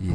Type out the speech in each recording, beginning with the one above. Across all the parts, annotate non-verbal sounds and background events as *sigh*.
以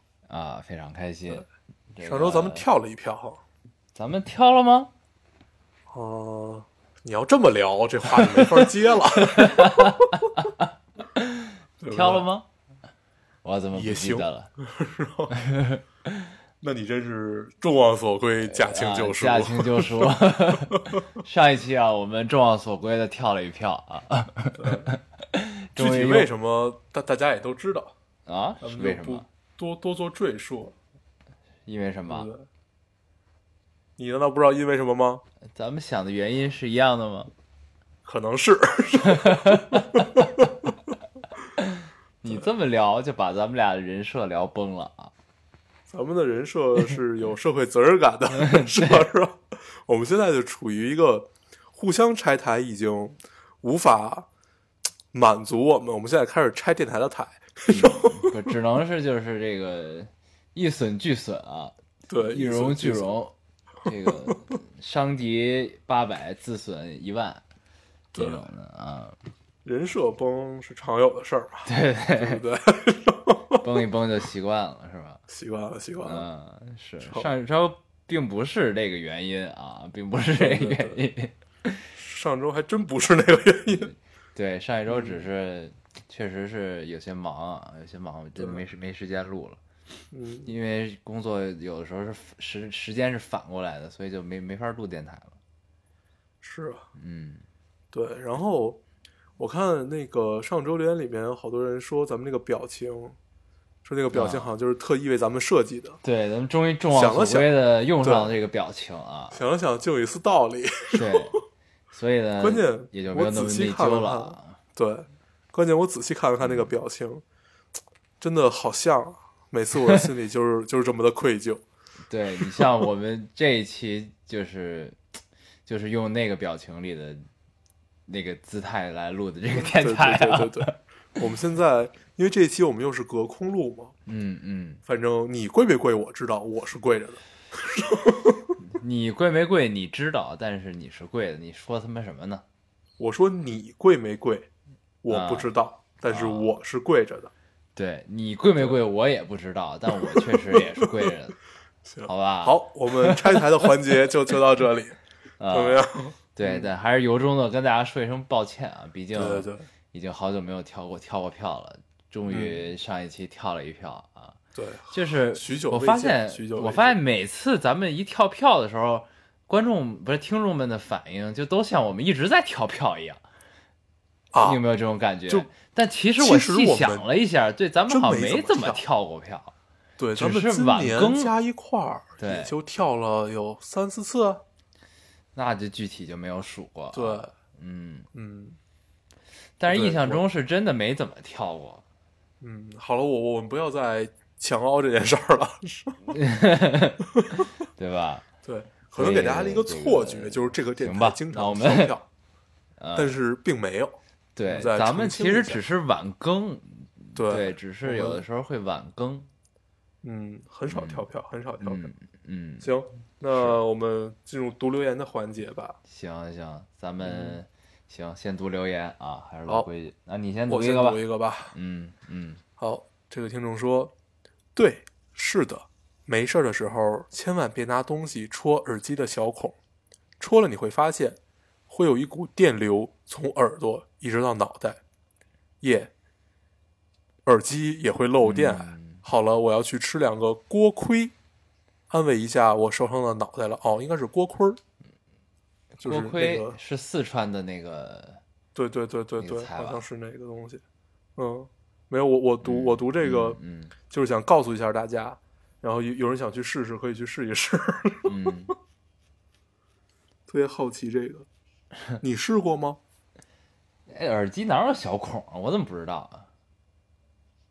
啊，非常开心。这个上周咱们跳了一票哈，咱们跳了吗？哦、你要这么聊，这话就没法接 *laughs* 了。对吧跳了？吗？我怎么不也记行得了？那你真是众望所归，驾轻就熟。啊驾轻就 *laughs* 熟。上一期啊，我们众望所归的跳了一票啊，具终于体又为什么大大家也都知道，啊咱，们为就什不么？啊多多做赘述，因为什对么不？对？你难道不知道因为什么吗？咱们想的原因是一样的吗？可能是你这么聊就把咱们俩的人设聊崩了啊！咱们的人设是有社会责任感 *laughs* 的，是吧？是吧？我们现在就处于一个互相拆台，已经无法满足我们。我们现在开始拆电台的台，可只能是就是这个一损俱损啊，对，一荣俱。 *laughs* 荣。这个伤敌八百，自损一万，这对种的啊，人设崩是常有的事儿吧？对对对不对？崩一崩就习惯了，是 *laughs* 吧？习惯了，习惯了。嗯，是臭上周并不是这个原因啊，并不是这个原因。 *laughs* 上周还真不是那个原因，对，上一嗯周只是确实是有些忙啊，有些忙，真的没时没时间录了。嗯，因为工作有的时候是时时间是反过来的，所以就没没法录电台了。是啊，嗯，对。然后我看那个上周留言里面，好多人说咱们那个表情，说那个表情啊好像就是特意为咱们设计的。对，咱们终于众望想了所归的用上了对这个表情啊，想了想，就有一丝 *laughs* 道理。对，所以呢，关键也就没有那么我仔细内看疚了了看啊。对，关键我仔细看了看嗯那个表情，真的好像啊，每次我的心里就 *laughs* 是就是这么的愧疚。对你像我们这一期就是就是用那个表情里的那个姿态来录的这个对电对台啊，对对对，我们现在因为这一期我们又是隔空录嘛，嗯嗯，反正你跪没跪我知道，我是跪着的。你贵没贵你知道，但是你是贵的，你说他妈什么呢？我说你跪没跪，我不知道，啊但是我是跪着的。对你贵没贵我也不知道，但我确实也是贵人， *laughs* 行好吧？好，我们拆台的环 *laughs* 节就就到这里，啊怎么样？对，但还是由衷的跟大家说一声抱歉啊，毕竟对对对已经好久没有跳过跳过票了，终于上一期跳了一票啊。对，就是嗯许久我未发见现许久，未我发现见每次咱们一跳票的时候，观众不是听众们的反应，就都像我们一直在跳票一样。啊你有，没有这种感觉？就但其实其我实细我们想了一下，对，咱们真好像没没怎么么跳跳过票。对，只咱们是今晚更年加一块儿，对也就跳了有三四次。啊那就具体就没有数过。对，，嗯，嗯但是对印象我中是真的没怎么跳过。嗯，好了，我我们不要再强凹这件 *laughs* 事儿了。对吧？对，可能给大家的一个错这个觉就是这个电行吧台经那我常们跳票， *laughs* 嗯、但是并没有。对，再咱们澄清其实一下只是晚更，对，对，只是有的时候会晚更。嗯，很少跳票，很少跳票。嗯嗯，行，那我们进入读留言的环节吧。行行，咱们、行，先读留言啊，还是老好规矩，那你先我嗯读一先个吧读。一个吧。嗯嗯，好，这个听众说，对，是的，没事儿的时候千万别拿东西戳耳机的小孔，戳了你会发现，会有一股电流从耳朵一直到脑袋，耶，耳机也会漏电。嗯好了，我要去吃两个锅盔，安慰一下我受伤的脑袋了。哦，应该是锅盔儿，就是锅那盔个，是四川的那个，对对对对那个对，菜吧好像是那个东西。嗯，没有，我我读我读这个。嗯就是想告诉一下大家，然后有有人想去试试，可以去试一试。 *laughs* 嗯，嗯特别好奇这个，你试过吗？哎，耳机哪有小孔啊？我怎么不知道啊？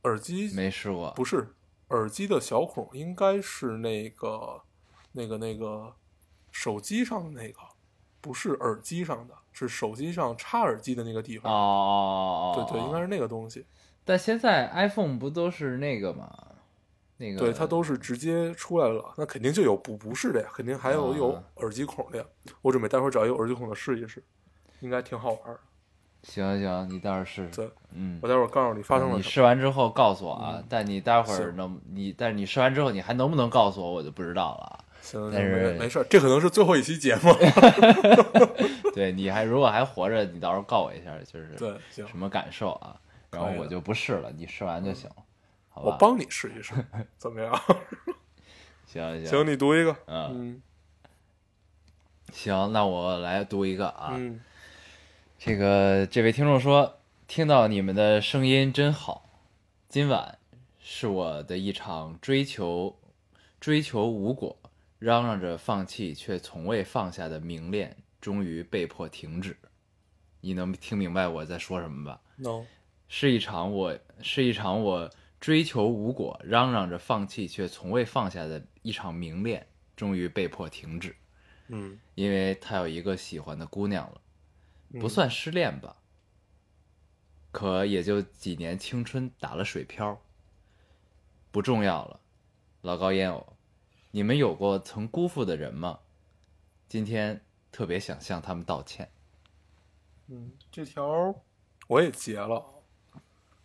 耳机没试过，不是，耳机的小孔应该是那个、那个、那个手机上的那个，不是耳机上的，是手机上插耳机的那个地哦方。哦哦，对对，应该是。是那个东西。但现在 iPhone 不都是那个嘛？那个对，它都是直接出来了，那肯定就有不不是的呀，肯定还有啊有耳机孔的呀。我准备待会儿找一个耳机孔的试一试，应该挺好玩儿。行行，你待会儿试试。对，嗯我，待会儿告诉你发生你了什试完之后告诉我啊嗯。但你待会儿行能你，但是你试完之后你还能不能告诉我，我就不知道了啊。么。行，但行是没没事儿，这可能是最后一期节 *laughs* 目。对，你还如果还活着，你到时候告我一下，就是对，行，什么感受啊？然后可以我的就不试了，你试完就行了，好吧？我帮你试一试，怎么样？行 *laughs* 行，行你读一个。嗯嗯行，那我来读一个啊。嗯，这个这位听众说，听到你们的声音真好。今晚是我的一场追求，追求无果，嚷嚷着放弃却从未放下的明恋，终于被迫停止。你能听明白我在说什么吧？能。是一场我是一场我追求无果，嚷嚷着放弃却从未放下的一场明恋，终于被迫停止，嗯，因为他有一个喜欢的姑娘了，嗯不算失恋吧，可也就几年青春打了水漂，不重要了。老高烟偶，你们有过曾辜负的人吗？今天特别想向他们道歉。嗯，这条我也截了。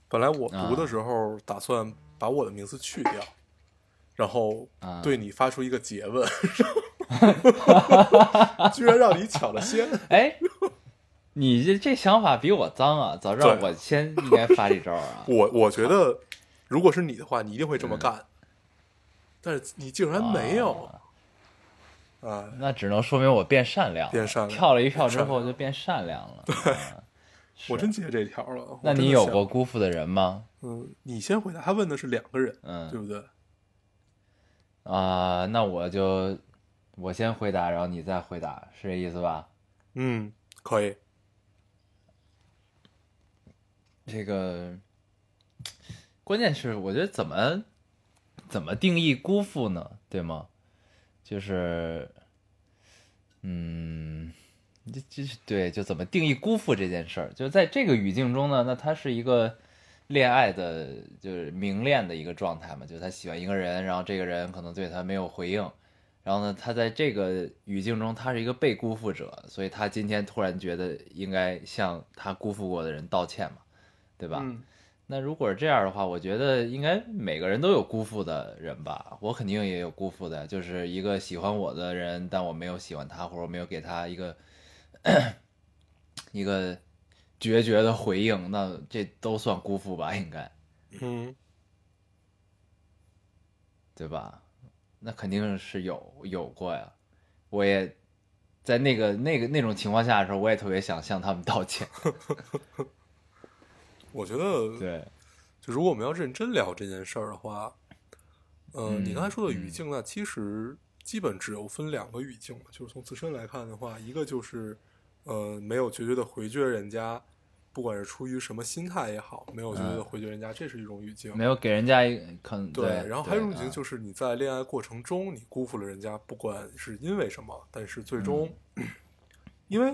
本来我啊读的时候打算把我的名字去掉，然后啊对你发出一个诘问， *laughs* 居然让你抢了先。 *laughs* 哎，你这这想法比我脏啊！早知道对！我先应该发这招啊 *laughs* 我我觉得，如果是你的话，你一定会嗯这么干，但是你竟然没有啊啊！那只能说明我变善良了，变善良跳了一票之后就变善良了。啊是我真截这条了。我那真你的有想过辜负的人吗？嗯？你先回答，他问的是两个人，嗯对不对？啊、那我就我先回答，然后你再回答，是这意思吧？嗯，可以。这个关键是，我觉得怎么怎么定义辜负呢？对吗？就是，嗯，这这是对，就怎么定义辜负这件事儿？就在这个语境中呢，那他是一个恋爱的，就是明恋的一个状态嘛，就是他喜欢一个人，然后这个人可能对他没有回应。然后呢，他在这个语境中，他是一个被辜负者，所以他今天突然觉得应该向他辜负过的人道歉嘛，对吧？嗯那如果是这样的话，我觉得应该每个人都有辜负的人吧，我肯定也有辜负的，就是一个喜欢我的人，但我没有喜欢他，或者我没有给他一个 *coughs* 一个决绝的回应，那这都算辜负吧，应该嗯。对吧？那肯定是有有过呀，我也在那个那个那种情况下的时候，我也特别想向他们道歉。我觉得，对，就如果我们要认真聊这件事儿的话，呃、嗯你刚才说的语境呢，其实基本只有分两个语境嘛，就是从自身来看的话，一个就是，呃，没有决绝的回绝人家，不管是出于什么心态也好，没有决绝的嗯回绝人家，这是一种语境。没有给人家一个可能对，然后还有一种对情境啊就是你在恋爱过程中，你辜负了人家，不管是因为什么，但是最终，嗯 *clears throat* 因为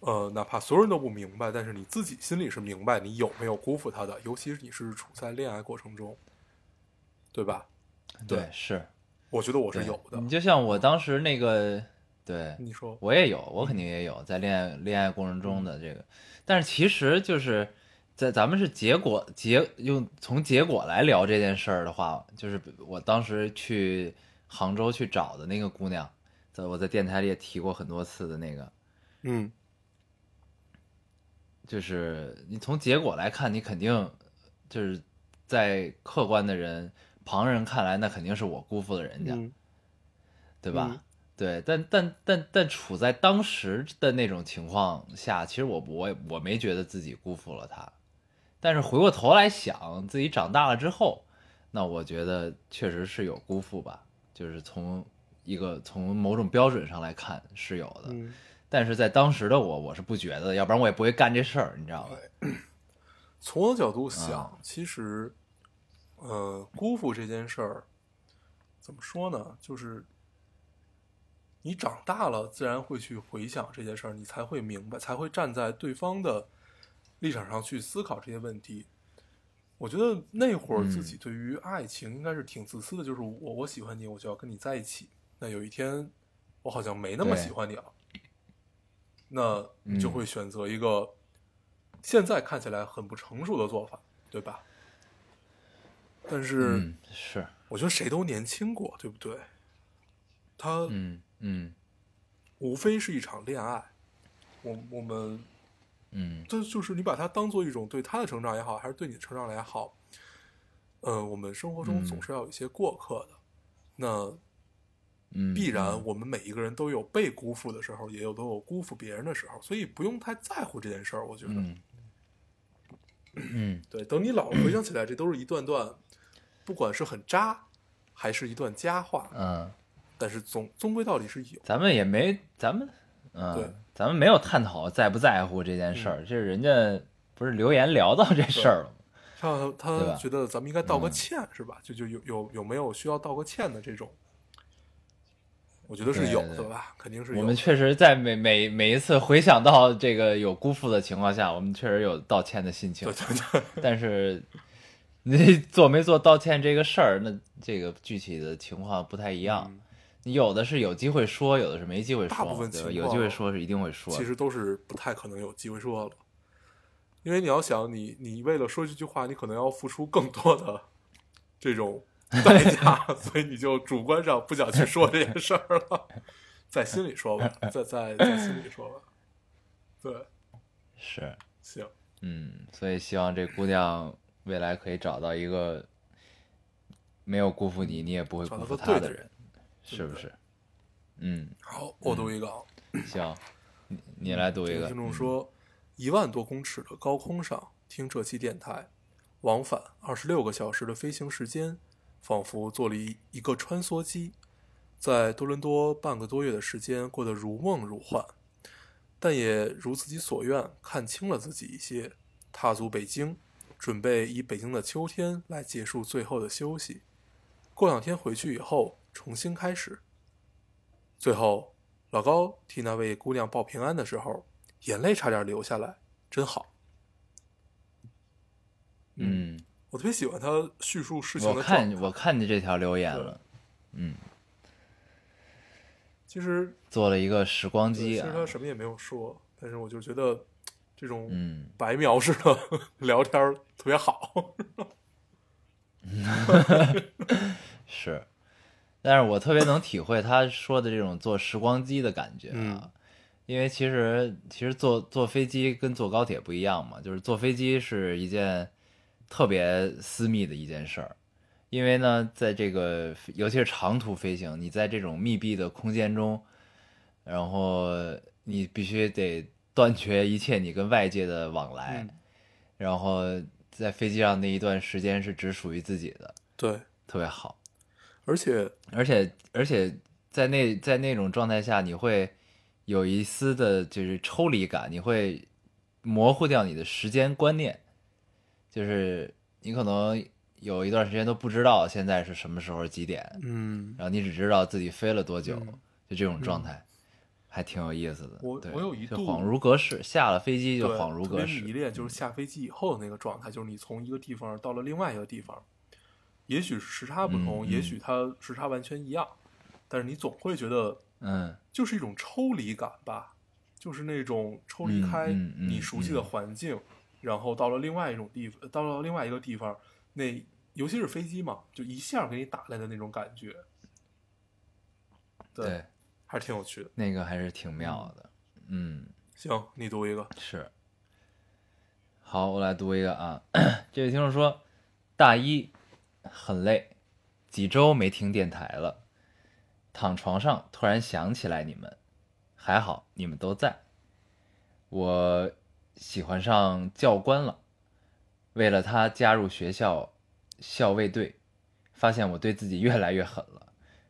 呃，哪怕所有人都不明白，但是你自己心里是明白你有没有辜负他的，尤其是你是处在恋爱过程中，对吧？对是。我觉得我是对嗯有的你。就像我当时那个，对你说，我也有，我肯定也有在恋爱恋爱过程中的这个，但是其实就是在咱们是结果结用从结果来聊这件事儿的话，就是我当时去杭州去找的那个姑娘，在我在电台里也提过很多次的那个，嗯就是你从结果来看，你肯定就是在客观的人旁人看来，那肯定是我辜负了人家。嗯对吧？嗯对，但但但但处在当时的那种情况下，其实我我也我没觉得自己辜负了他，但是回过头来想，自己长大了之后，那我觉得确实是有辜负吧，就是从一个从某种标准上来看是有的，嗯，但是在当时的我，我是不觉得，要不然我也不会干这事儿，你知道吧？从我的角度想，啊其实呃，辜负这件事儿，怎么说呢？就是你长大了，自然会去回想这件事儿，你才会明白，才会站在对方的立场上去思考这些问题。我觉得那会儿自己对于爱情应该是挺自私的，就是我我喜欢你，我就要跟你在一起。那有一天我好像没那么对喜欢你了，那你就嗯会选择一个现在看起来很不成熟的做法，对吧？但是、嗯，是，我觉得谁都年轻过，对不对？他嗯嗯无非是一场恋爱，我我们嗯这就是你把它当做一种对他的成长也好，还是对你的成长也好，呃，我们生活中嗯总是要有一些过客的。那嗯，必然，我们每一个人都有被辜负的时候，也有都有辜负别人的时候，所以不用太在乎这件事儿。我觉得，嗯嗯对，等你老了回想起来，这都是一段段，不管是很渣，还是一段佳话，嗯，但是总终归到底是有。咱们也没，咱们对嗯嗯，咱们没有探讨在不在乎这件事儿，这人家不是留言聊到这事儿了吗？像对他吧觉得咱们应该道个嗯歉是吧？就就有有有没有需要道个歉的这种？我觉得是对有对的吧，肯定是我有们的。确实在每每每一次回想到这个有辜负的情况下，我们确实有道歉的心情对，对但是你做没做道歉这个事儿，那这个具体的情况不太一样。 *laughs* 嗯你有的是有机会说，有的是没机会说，大部分对吧？情有况机会说是一定会说对，的。其实都是不太可能有机会说了，因为你要想你你为了说这句话，你可能要付出更多的这种代 *laughs* 价，所以你就主观上不想去说这件事儿了，在心里说吧，在在在心里说吧。对，是，行，嗯，所以希望这姑娘未来可以找到一个没有辜负你，你也不会找辜到负个她对的的人人，。是不是？嗯，好，我读一个啊。行，你你来读一嗯这个。听众说，一万多公尺的高空上听这期电台，往返二十六个小时的飞行时间，仿佛做了一一个穿梭机，在多伦多半个多月的时间过得如梦如幻，但也如自己所愿，看清了自己一些，踏足北京，准备以北京的秋天来结束最后的休息，过两天回去以后重新开始。最后，老高替那位姑娘报平安的时候，眼泪差点流下来，真好。嗯，我特别喜欢他叙述事情我的看状态我看你这条留言了，嗯，其实做了一个时光对其机啊实，他什么也没有说，但是我就觉得这种嗯，白描式的 *laughs* 聊天儿特别好。 *laughs* 是，但是我特别能体会他说的这种坐时光机的感觉啊，嗯因为其实其实坐坐飞机跟坐高铁不一样嘛，就是坐飞机是一件特别私密的一件事儿，因为呢，在这个尤其是长途飞行，你在这种密闭的空间中，然后你必须得断绝一切你跟外界的往来，嗯然后在飞机上那一段时间是只属于自己的，对，特别好。而且而且而且在那在那种状态下，你会有一丝的就是抽离感，你会模糊掉你的时间观念，就是你可能有一段时间都不知道现在是什么时候几点，嗯，然后你只知道自己飞了多久，嗯就这种状态。还挺有意思的，我对我有一就度恍如隔世，下了飞机对，就恍如特隔别世嗯迷，恋就是下飞机以后的那个状态，就是你从一个地方到了另外一个地方，也许时差不同，嗯也嗯许它时差完全一样，但是你总会觉得嗯，就是一种抽离感吧，就是那种抽离开嗯嗯嗯你熟悉的嗯环境，然后到了另外一种地方，到了另外一个地方，那尤其是飞机嘛，就一下给你打来的那种感觉，对，对，还是挺有趣的。那个还是挺妙的，嗯行，你读一个，是。好，我来读一个啊。 *coughs* 这位听众说，大一很累，几周没听电台了，躺床上突然想起来你们，还好你们都在。我喜欢上教官了，为了他加入学校校卫队，发现我对自己越来越狠了，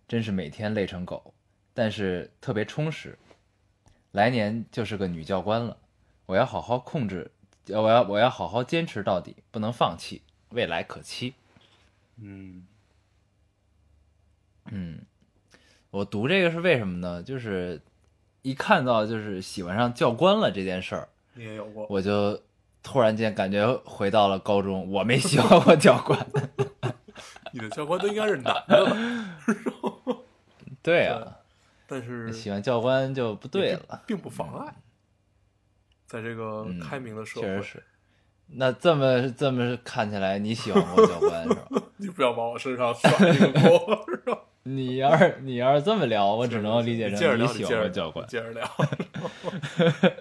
真是每天累成狗，但是特别充实。来年就是个女教官了。我要好好控制，呃我要我要好好坚持到底，不能放弃，未来可期。嗯嗯，我读这个是为什么呢？就是一看到就是喜欢上教官了这件事儿，你也有过，我就突然间感觉回到了高中。我没喜欢过教 *laughs* 官，你的教官都应该是男的 *laughs* 吧，对啊，但是喜欢教官就不对了，并不妨碍，在这个嗯开明的社确会，实是。那这么这么看起来，你喜欢过教官 *laughs* 是吧？你不要往我身上甩这个锅， *laughs* 是吧？你要是你要是这么聊， *laughs* 我只能理解你接着成聊，喜你接欢着过教官聊你。接着聊。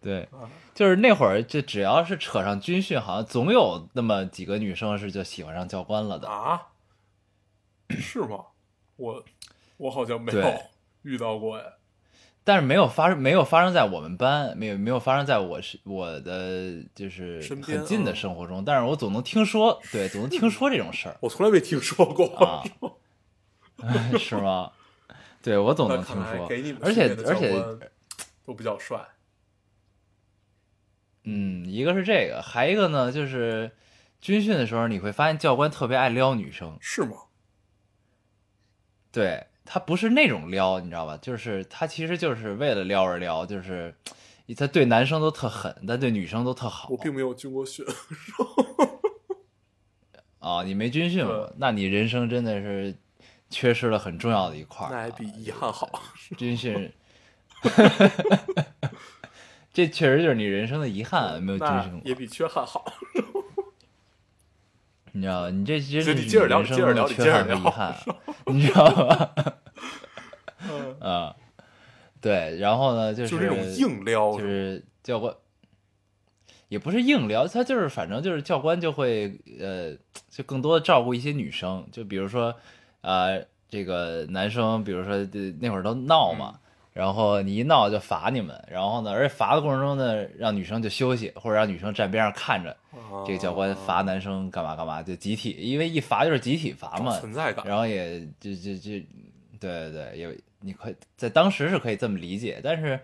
对啊，就是那会儿，就只要是扯上军训，好像总有那么几个女生是就喜欢上教官了的。啊？是吗？我我好像没有对遇到过哎。但是没有发生，没有发生在我们班，没有没有发生在我是我的就是身边很近的嗯生活中，但是我总能听 *laughs* 说，对，总能听说这种事儿我从来没听说过。啊， *laughs* 是吗？对我总那能看听来说给你，们而训且练的而教且，官都比较帅。嗯，一个是这个，还一个呢就是军训的时候，你会发现教官特别爱撩女生，是吗？对他不是那种撩，你知道吧？就是他其实就是为了撩而撩，就是他对男生都特狠，但对女生都特好。我并没有军过训，啊，你没军训过对，那你人生真的是缺失了很重要的一块儿、啊那还比遗憾好。军 *laughs* 训，这确实就是你人生的遗憾，没有军那训也过。比缺憾好。你知道吗，你这其实是行你接着聊人你生接中着聊的你缺接着憾和遗憾，*laughs* 你聊 *laughs* 知道吗？嗯，啊，对，然后呢，就就是这种硬撩，就是教官，也不是硬聊，他就是反正就是教官就会呃，就更多的照顾一些女生，就比如说呃，这个男生，比如说呃那会儿都闹嘛，然后你一闹就罚你们，然后呢，而且罚的过程中呢，让女生就休息，或者让女生站边上看着啊这个教官罚男生干嘛干嘛，就集体，因为一罚就是集体罚啊嘛，存在感。然后也就就就，对对对，也你可以在当时是可以这么理解，但是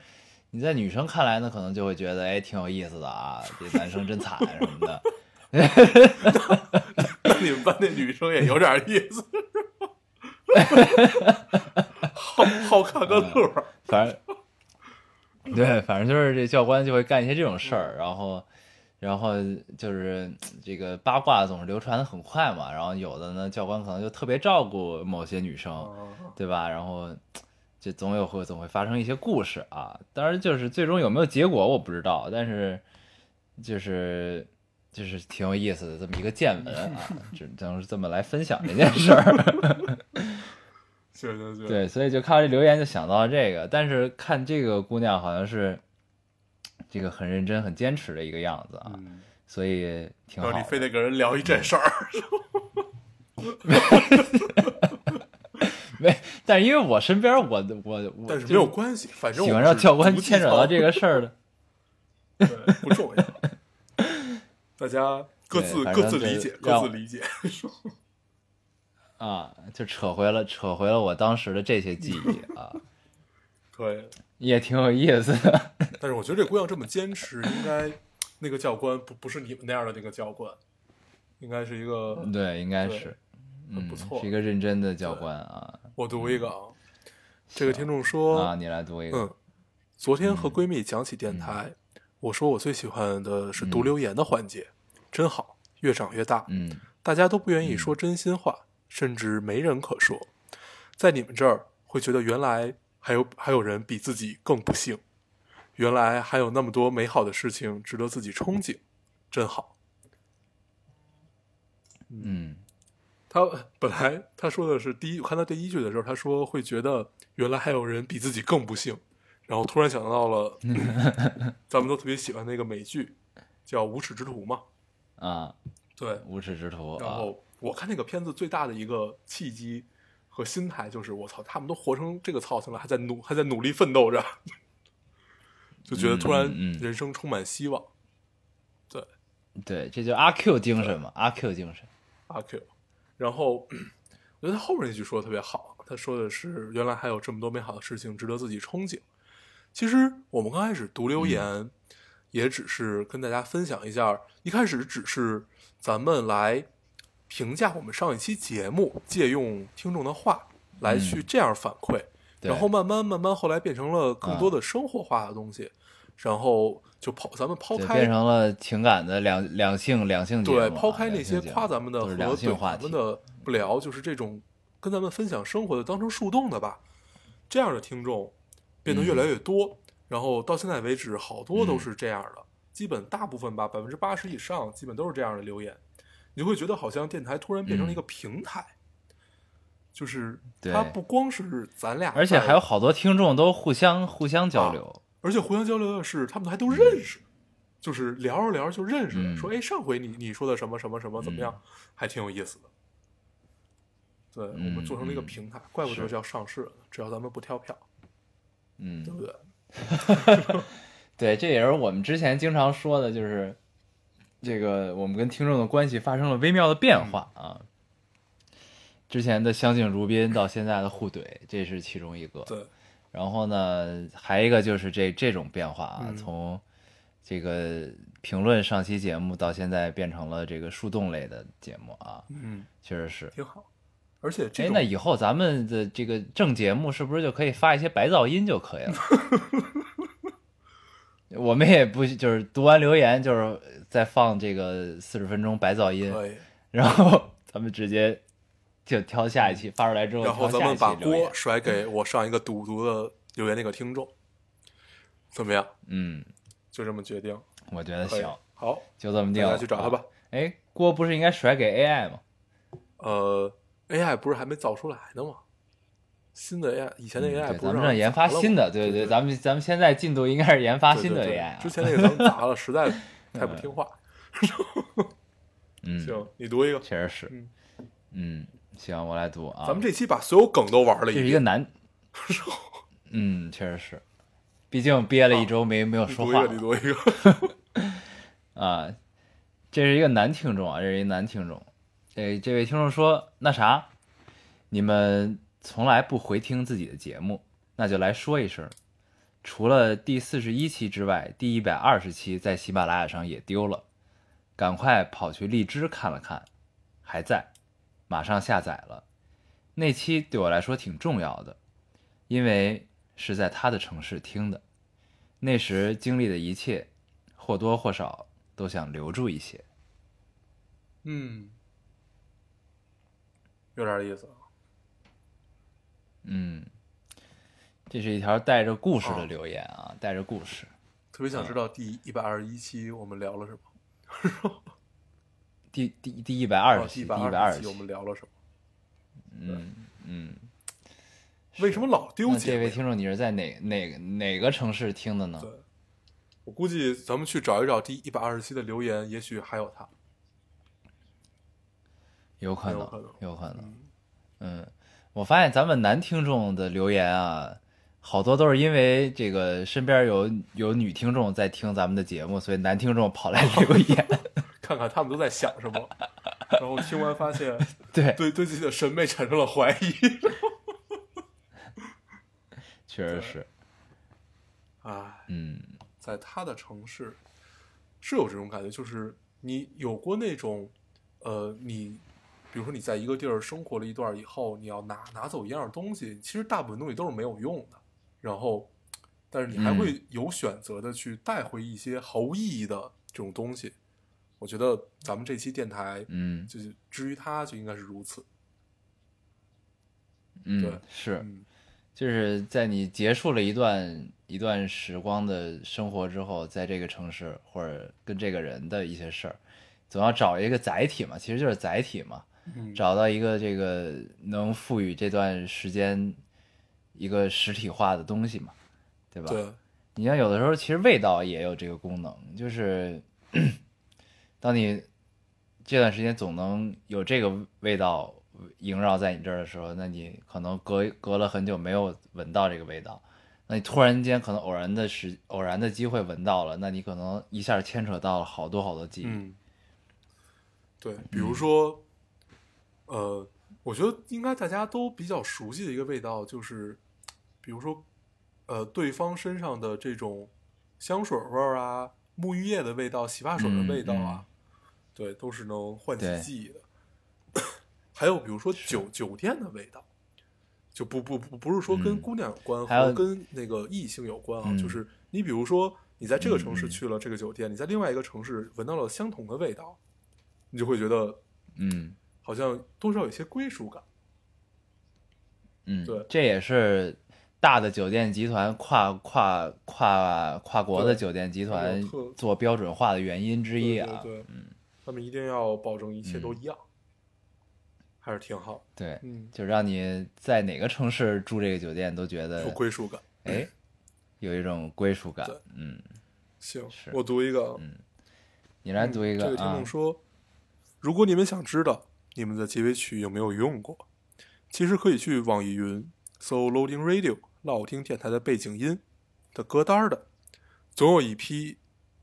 你在女生看来呢，可能就会觉得哎挺有意思的啊，这男生真惨什么的。你们班那女生也有点意 *laughs* 思，好好看个乐儿。反正对，反正就是这教官就会干一些这种事儿，然后，然后就是这个八卦总是流传的很快嘛，然后有的呢教官可能就特别照顾某些女生，对吧？然后就总有会总会发生一些故事啊，当然就是最终有没有结果我不知道，但是就是。就是挺有意思的这么一个见闻啊，只只能是这么来分享这件事儿。行行行，对，所以就看到这留言就想到这个，但是看这个姑娘好像是这个很认真、很坚持的一个样子啊，嗯，所以挺好然后你非的。得跟人聊一这事儿，没，但是因为我身边我我我但是就没有关系，反正喜我欢们让是教官逐级牵扯到聊这个事儿的，对，不重要，大家各自对反各正自就理解，各让自理解。啊，就扯回了扯回了我当时的这些记 *laughs* 忆啊，可以，也挺有意思 *laughs* 的。但是我觉得这姑娘这么坚持，应该那个教官不不是你们那样的那个教官，应该是一个。对，应该对是，很嗯不错，是一个认真的教官啊我读一个啊，这个行听众说，啊，你嗯来读一个，嗯，昨天和闺蜜讲起电台，我说我最喜欢的是读留言的环节，真好，越长越大。嗯大家都不愿意说真心话，甚至没人可说。在你们这儿，会觉得原来还有还有人比自己更不幸，原来还有那么多美好的事情值得自己憧憬，真好。嗯他本来他说的是第一，我看到第一句的时候，他说会觉得原来还有人比自己更不幸，然后突然想到了咱们都特别喜欢那个美剧叫《无耻之徒》嘛，啊，对，无耻之徒然啊，后我看那个片子最大的一个契机和心态就是，我操，他们都活成这个操性了，还在努还在努力奋斗着， *laughs* 就觉得突然嗯嗯嗯人生充满希望。对，这就阿 Q 精神嘛，阿 Q 精神。阿 Q，然后我觉得他后面那句说的特别好，他说的是原来还有这么多美好的事情值得自己憧憬。其实我们刚开始读留嗯言，也只是跟大家分享一下，一开始只是咱们来评价我们上一期节目，借用听众的话来去这样反馈，嗯对啊然后慢慢慢慢后来变成了更多的生活化的东西，然后就抛咱们抛对，开变成了情感的两两性两性节目啊、对，抛开那两性些节目夸咱们的都和是对两性话咱题们，的不聊，就是这种跟咱们分享生活的当成树洞的吧，这样的听众变得越嗯来越多。然后到现在为止，好多都是这样的，基本大部分吧，百分之八十以上，基本都是这样的留言。你会觉得好像电台突然变成了一个平台，就是嗯对它不光是咱俩在，而且还有好多听众都互相互相交流，而且互相交流的是，他们还都认识，就是聊着聊着就认识了，嗯说哎，上回你你说的什么什么什么怎么样，还挺有意思的。对我们做成了一个平台，怪不嗯得是叫上市呢，只要咱们不跳票，嗯对，不对？对，这也是我们之前经常说的，就是这个我们跟听众的关系发生了微妙的变化嗯啊。之前的相敬如宾到现在的互怼，这是其中一个。对，然后呢，还一个就是这这种变化啊，嗯从这个评论上期节目到现在变成了这个树洞类的节目啊，嗯，确实是。挺好。而且这哎，种那以后咱们的这个正节目是不是就可以发一些白噪音就可 *laughs* 以了？我们也不就是读完留言，就是再放这个四十分钟白噪音，可以，然后 *laughs* 咱们直接就挑下一期发出来之后，嗯然后挑咱下们一把期留言锅甩给我上一个赌毒的留言那个听众，怎么样？嗯，就这么决定，我觉得可以行，。好，就这么定大了，家去找他吧啊。。哎，锅不是应该甩给 AI 吗？呃，AI 不是还没造出来呢吗？新的 AI，以前的嗯 AI 对，不咱是们正研发新的，对对对，咱们咱们现在进度应该是研发对新的对对 AI 啊。之前那个咱们砸了，实在太不听话。 *laughs* 嗯，行，你读一个，确实是嗯，嗯，行，我来读啊。咱们这期把所有梗都玩了这是一遍个 *laughs* 难，嗯，确实是，毕竟憋了一周没、没有你说读一话个，你读一个。啊。这是一个男听众啊，这是一男听众。这这位听众说，那啥，你们从来不回听自己的节目，那就来说一声。除了第四十一期之外，第一百二十期在喜马拉雅上也丢了，赶快跑去荔枝看了看，还在，马上下载了。那期对我来说挺重要的，因为是在他的城市听的。那时经历的一切，或多或少都想留住一些。嗯， *laughs* 有点意思啊。嗯，这是一条带着故事的哦留言啊，带着故事。特别嗯想知道第一百二十一期我们聊了什么，第第第一百二哦十第期，一第百一百二二十十期我期们，聊了什么？嗯嗯。为什么老丢那节这位目？听众，你是在哪哪哪个城市听的呢对？我估计咱们去找一找第一百二十期的留言，也许还有他。有可有可能能，有可能。嗯，我发现咱们男听众的留言啊，好多都是因为这个身边有有女听众在听咱们的节目，所以男听众跑来 *laughs* 留言。看看他们都在想 *laughs* 什么，然后听完发现对，对对自己的审美产生了怀疑确实是。 *laughs* 啊。嗯，在他的城市是有这种感觉，就是你有过那种，呃，你比如说你在一个地儿生活了一段以后，你要拿拿走一样东西，其实大部分东西都是没有用的，然后，但是你还会有选择的去带回一些毫无意义的这种东西。我觉得咱们这期电台，嗯就是至于它就应该是如此。对嗯，是，嗯，就是在你结束了一段一段时光的生活之后，在这个城市或者跟这个人的一些事儿，总要找一个载体嘛，其实就是载体嘛，嗯找到一个这个能赋予这段时间一个实体化的东西嘛，对吧？对，你像有的时候，其实味道也有这个功能，就是 *clears throat* 当你这段时间总能有这个味道萦绕在你这儿的时候，那你可能隔隔了很久没有闻到这个味道，那你突然间可能偶然的时偶然的机会闻到了，那你可能一下牵扯到了好多好多记忆。嗯，对，比如说，呃，我觉得应该大家都比较熟悉的一个味道，就是比如说，呃，对方身上的这种香水味儿啊、嗯沐浴液的味道、洗发水的味道啊，对，都是能唤起对记忆的。还有比如说酒酒店的味道，就不不不不是说跟嗯姑娘有关还有和跟那个异性有关啊，嗯就是你比如说你在这个城市嗯嗯去了这个酒店，你在另外一个城市闻到了相同的味道，你就会觉得嗯好像多少有些归属感。嗯，对这也是大的酒店集团跨跨跨跨国的对酒店集它团有特做标准化的原因之一啊。对对对嗯，他们一定要保证一切都一样，还是挺好。对，嗯，就让你在哪个城市住这个酒店都觉得有归属感。哎，有一种归属感对。嗯，行是，我读一个啊。你来读一个嗯这位听啊众，说，如果你们想知道你们的结尾曲有没有用过，其实可以去网易云搜 Loading Radio 老听电台的背景音的歌单的，总有一批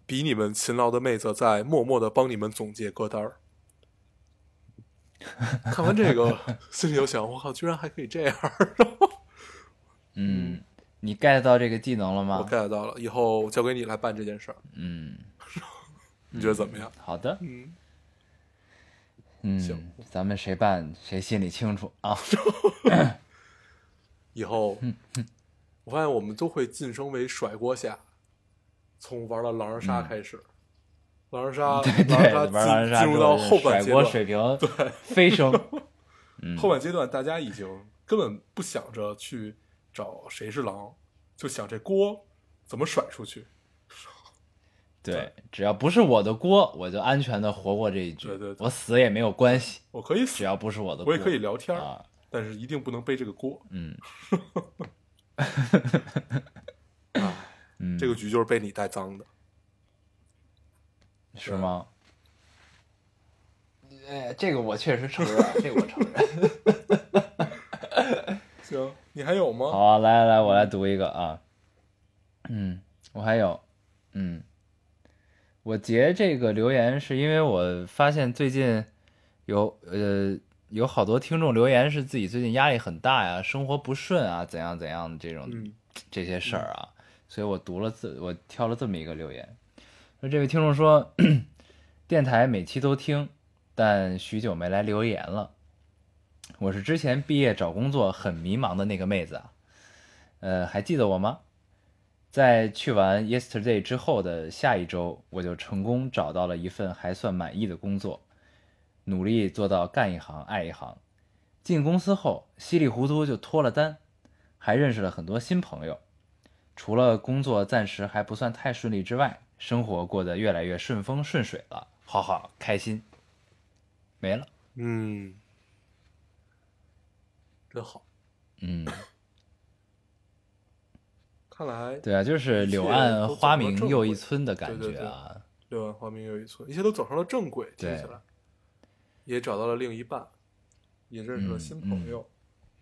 比你们勤劳的妹子在默默的帮你们总结歌 *laughs* 单儿。看完这个，心里就想：我靠，居然还可以这样！嗯，你 get 到这个技能了吗我？get 到了，以后交给你来办这件事儿，嗯，你觉得怎么样？好的，嗯，嗯行，咱们谁办谁心里清楚 *laughs* 啊。以后，我发现我们都会晋升为甩锅侠，从玩到狼人杀开始，狼人杀，嗯 *laughs* 对，狼玩人狼人杀杀进进入到就是后半甩阶锅段，水平 *laughs* 飞升。嗯，后半阶段大家已经根本不想着去找谁是狼，就想这锅怎么甩出去。对，只要不是我的锅，我就安全的活过这一局。对对对我死也没有关系，我可以只死，要不是我的锅，我也可以聊天，啊。但是一定不能背这个锅。嗯，这个局就是被你带脏的。是吗？哎，这个我确实承认，啊这个我承认。行，你还有吗？ *laughs* 好啊、来来来，我来读一个啊。嗯，我还有，嗯，我截这个留言是因为我发现最近有呃有好多听众留言是自己最近压力很大呀，生活不顺啊，怎样怎样的这种嗯，这些事儿啊，所以我读了自我挑了这么一个留言，说这位听众说， *coughs* 电台每期都听，但许久没来留言了。我是之前毕业找工作很迷茫的那个妹子啊，呃，还记得我吗？在去完 Yesterday 之后的下一周，我就成功找到了一份还算满意的工作，努力做到干一行爱一行。进公司后，稀里糊涂就脱了单，还认识了很多新朋友。除了工作暂时还不算太顺利之外，生活过得越来越顺风顺水了，好好开心。没了，嗯，真好。嗯，看来对啊，就是柳暗花明又一村的感对对觉对啊，六万花明又一村，一切都走上了正轨，听对起来，也找到了另一半，也认识了新朋友，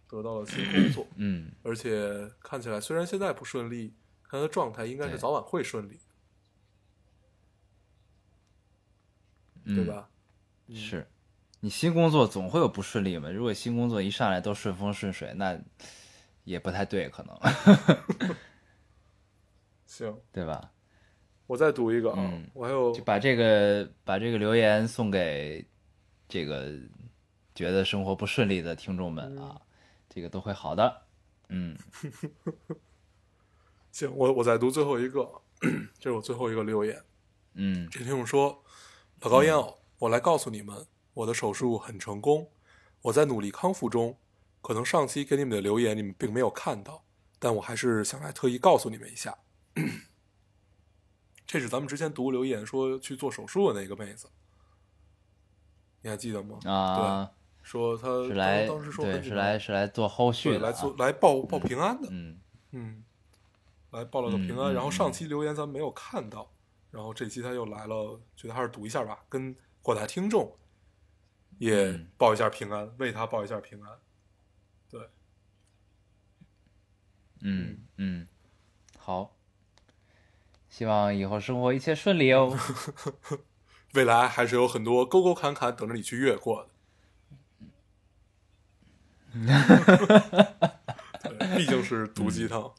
得到了新工作，嗯，而且看起来虽然现在不顺利，看他的状态应该是对早晚会顺利，嗯对？吧？嗯是，你新工作总会有不顺利嘛，如果新工作一上来都顺风顺水，那也不太对，可能， *laughs* 行，对吧？我再读一个啊，嗯我还有就把这个把这个留言送给这个觉得生活不顺利的听众们啊，这个都会好的。嗯行，我我再读最后一个， *clears throat* 这是我最后一个留言。嗯这听众说：“老高烟偶，我来告诉你们，我的手术很成功，我在努力康复中。可能上期给你们的留言你们并没有看到，但我还是想来特意告诉你们一下。 *clears throat* 这是咱们之前读留言说去做手术的那个妹子，你还记得吗？啊，对，说她是来当当时说对赶紧是来是来做后续对的、来啊，做来报报平安的，嗯嗯，来报了个平安。嗯嗯然后上期留言咱们没有看到，然后这期他又来了，觉得还是读一下吧，跟广大听众也嗯报一下平安，为他报一下平安。对，嗯嗯，好，希望以后生活一切顺利 *laughs* 哦。未来还是有很多沟沟坎坎等着你去 *laughs* 越过的。对，毕竟是毒鸡汤。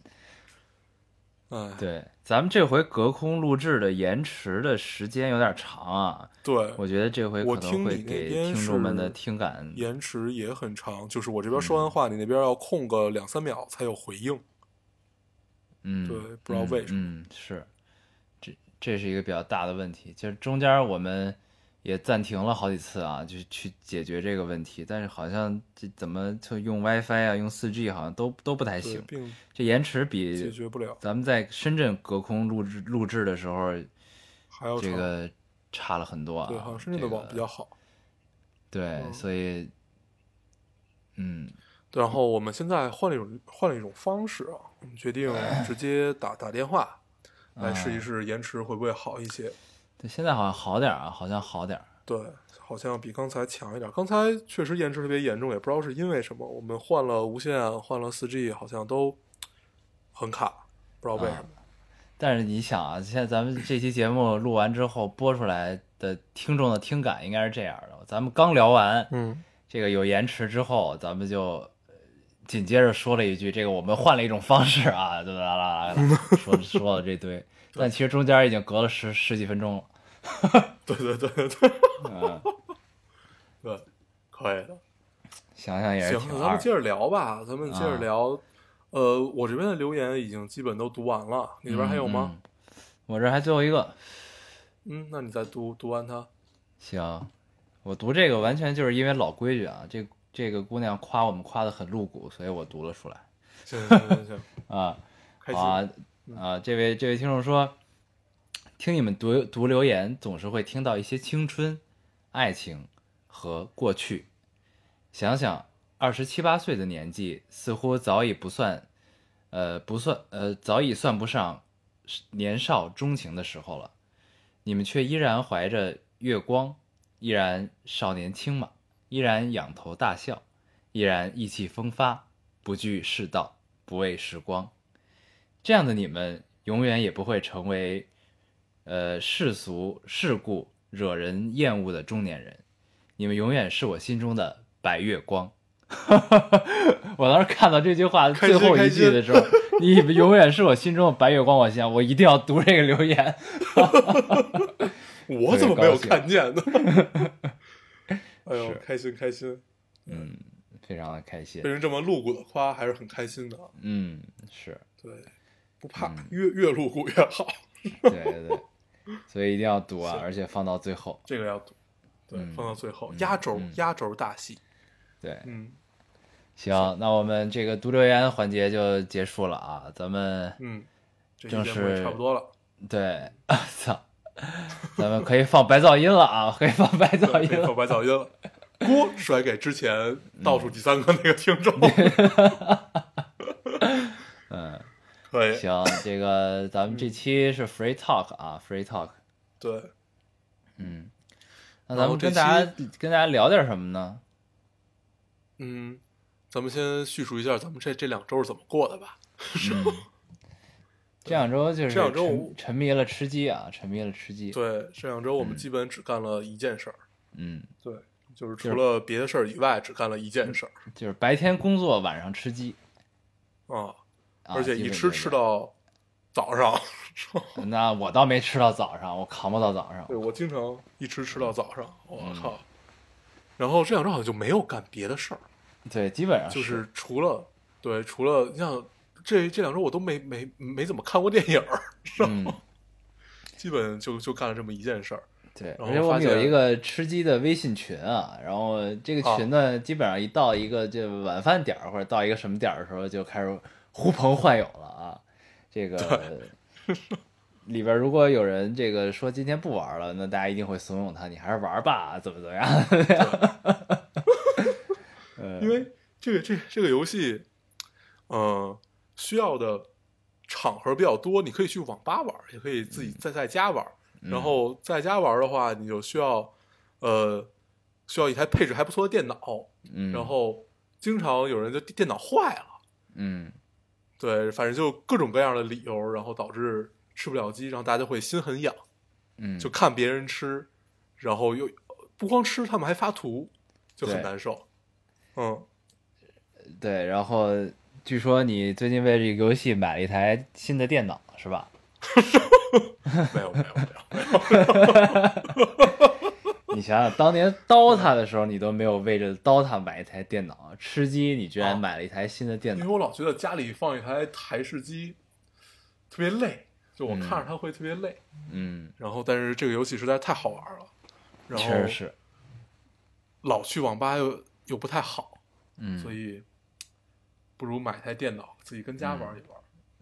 哎，对，咱们这回隔空录制的延迟的时间有点长啊，对，我觉得这回我可能听会你那给边听众们的是听感延迟也很长，就是我这边说完话，你那边要空个两三秒才有回应。嗯，对不知道为什么，嗯，是，这这是一个比较大的问题，就是中间我们也暂停了好几次啊，就是去解决这个问题，但是好像这怎么就用 WiFi 啊，用 4G 好像都都不太对，行，并这延迟解比决不了，咱们在深圳隔空录制录制的时候，还要这长个差了很多啊，对，好像深圳的这个网比较好。对，所以，嗯，然后我们现在换了一种换了一种方式啊，我们决 *laughs* 定直接打打电话来试啊一试延迟会不会好一些。对，现在好像好点儿啊，好像好点儿，对，好像比刚才强一点。刚才确实延迟特别严重，也不知道是因为什么。我们换了无线，换了 4G，好像都很卡，不知道为啊什么。但是你想啊，现在咱们这期节目录完之后播出来的听众的听感应该是这样的：咱们刚聊完嗯，这个有延迟之后，咱们就呃紧接着说了一句：“这个我们换了一种方式啊，哒啦啦啦啦，说说了这堆。”但其实中间已经隔了十十几分钟了。对对对对对，嗯，对可以的。想想也是行，挺那咱二们。接着聊吧，咱们接着啊聊。呃，我这边的留言已经基本都读完了，你那边还有吗？嗯？嗯我这还最后一个。嗯，那你再读读完它。行，我读这个完全就是因为老规矩啊，这这个姑娘夸我们夸的很露骨，所以我读了出来行行行行行，啊。 *laughs* 开好心。啊啊！这位这位听众说，听你们读读留言，总是会听到一些青春、爱情和过去。想想二十七八岁的年纪，似乎早已不算，呃，不算，呃，早已算不上是年少钟情的时候了。你们却依然怀着月光，依然少年轻满，依然仰头大笑，依然意气风发，不惧世道，不畏时光。这样的你们永远也不会成为，呃，世俗世故惹人厌恶的中年人。你们永远是我心中的白月光。 *laughs* 我当时看到这句话开最心后一开句心的时候， *laughs* 你们永远是我心中的白月光。我心想，我一定要读这个留言。我怎么没特别高有兴看见呢？ *laughs* 哎呦是，开心开心，嗯，非常的开心被。人这么露骨的夸，还是很开心的啊。嗯，是对，不怕嗯，越越露骨越好。 *laughs* 对对对，所以一定要读啊，而且放到最后。这个要读，对，嗯放到最后嗯压轴嗯压轴大戏。对，嗯行，那我们这个读留言环节就结束了啊，咱们嗯，这期正节目也是差不多了，对， *laughs* 操，咱们可以放白噪音了啊，可以放白噪对音可以了放。白噪音了。锅甩给之前倒数第三个那个听众， *laughs* *laughs* 嗯，可以，行，这个咱们这期是 free talk 啊，free talk。对，嗯，那然咱后们跟这大家跟大家聊点什么呢？嗯，咱们先叙述一下咱们这这两周是怎么过的吧。嗯，这两周就是这两周沉我沉迷了吃鸡啊，沉迷了吃鸡。对，这两周我们基本只干了一件事儿，嗯，对，就是是除了别的事儿以外，只干了一件事儿就是白天工作，晚上吃鸡，啊，啊、而且基一本吃就是吃到早上，这样。那我倒没吃到早上，我扛不到早上对。我经常一吃吃到早上，我嗯靠。然后这两周好像就没有干别的事儿，对，基本上就是除了对，除了像这这两周我都没没没怎么看过电影儿，嗯，基本就就干了这么一件事儿。对， *laughs* 然而且后我发们有现一个吃鸡的微信群啊，然后这个群呢，基本上一到一个这晚饭点儿或者到一个什么点儿的时候，就开始呼朋唤友了啊。这个里边如果有人这个说今天不玩了，那大家一定会怂恿他，你还是玩吧，怎么怎么样。因为这个这个这个游戏，呃，需要的场合比较多，你可以去网吧玩，也可以自己在在家玩。然后在家玩的话，你就需要呃需要一台配置还不错的电脑， *laughs* 嗯，然后经常有人就电脑坏了，嗯，对，反正就各种各样的理由，然后导致吃不了鸡，然后大家就会心很痒，嗯，就看别人吃，然后又不光吃，他们还发图，就很对难受。嗯，对，然后据说你最近为这个游戏买了一台新的电脑，是吧？没有没有没有， *laughs* 你想想，当年 DOTA 的时候，你都没有为着 DOTA 买一台电脑，吃鸡你居哦然买了一台新的电因脑为，我老觉得家里放一台台式机特别累，就我看着它会特别累。嗯，然后，但是这个游戏实在太好玩了，然确实后是，老去网吧又又不太好，嗯所以不如买台电脑自己跟家玩一玩。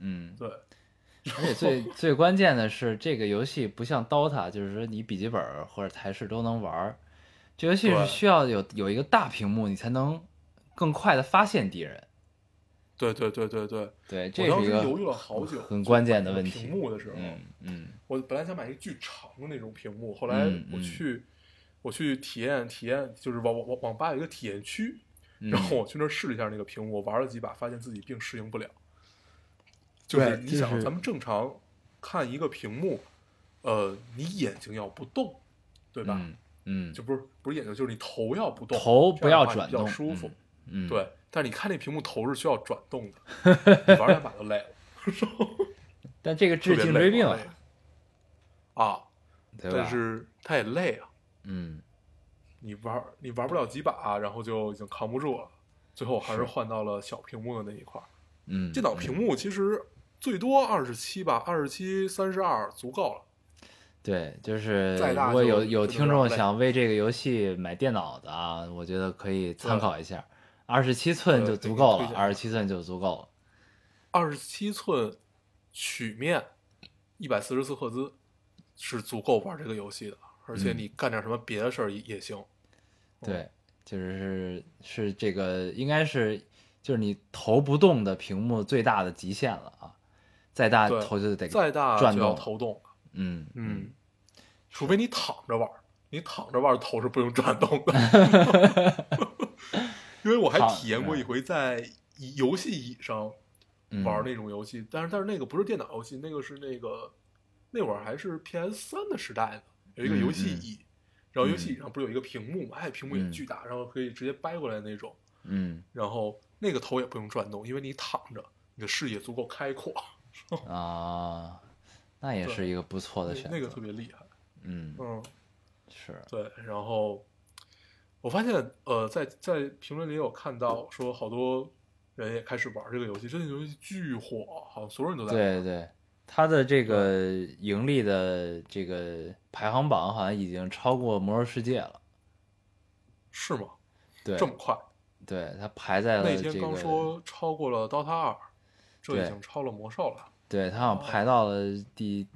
嗯，对，而且 *laughs* 最最关键的是，这个游戏不像 DOTA，就是说你笔记本儿或者台式都能玩儿，这游戏对是需要有有一个大屏幕，你才能更快的发现敌人。对对对对对，对，这我是当一时个犹豫了好久，很关键的就买问那个题屏。幕的时候，嗯嗯我本来想买一个巨长的那种屏幕，后来嗯我嗯去、我去体验体验，就是网网网网吧有一个体验区，嗯， *laughs* 然后我去那儿试了一下那个屏幕，我玩了几把，发现自己并适应不了。就是对你就想，是咱们正常看一个屏幕，呃，你眼睛要不动，对吧？嗯嗯就，不是不是眼睛，就是你头要不动，头这不样要的话转你比较动，舒服。嗯，嗯，对，但是你看那屏幕头是需要转动的， *laughs* 你玩两把就累了，但这个特治别颈累椎病老累啊，啊！对吧？但是它也累啊，嗯，你玩你玩不了几把、啊然后就已经扛不住了，最后还是换到了小屏幕的那一块儿。嗯嗯，电脑屏幕其实最多二十七吧，二十七、三十二足够了。对，就是再大如果就有就有是听软众肋想为这个游戏买电脑的啊，我觉得可以参对考一下，二十七寸就对足给你够推了，荐二十七寸就足够了。二十七寸曲面，一百四十四赫兹是足够玩这个游戏的，而且嗯你干点什么别的事儿也也行。哦对，就是是这个应该是就是你头不动的屏幕最大的极限了啊，再大对头就得再大转就要动了，头动，嗯嗯，除非你躺着玩儿，你躺着玩儿头是不用转动的。 *laughs* 因为我还体验过一回在游戏椅上嗯玩那种游戏，但是但是那个不是电脑游戏，那个是那个那会儿还是 PS 三的时代呢，有一个游戏椅，然后游戏椅上不是有一个屏幕嘛，哎，屏幕也嗯巨大，然后可以直接掰过来那种，嗯然后那个头也不用转动，因为你躺着，你的视野足够开阔，啊，那也哦对是一个不错的那选那个择特，别厉害，嗯，嗯。是，对，然后我发现，呃，在在评论里有看到说，好多人也开始玩这个游戏，这个游戏巨火，好像所有人都在对玩。对，它的这个嗯盈利的这个排行榜好像已经超过《魔兽世界》了。是吗？对这么快？对，它排在了那这天刚个，说超过了《DOTA 二》，这已对经超了《魔兽》了。对，它哦好像排到了第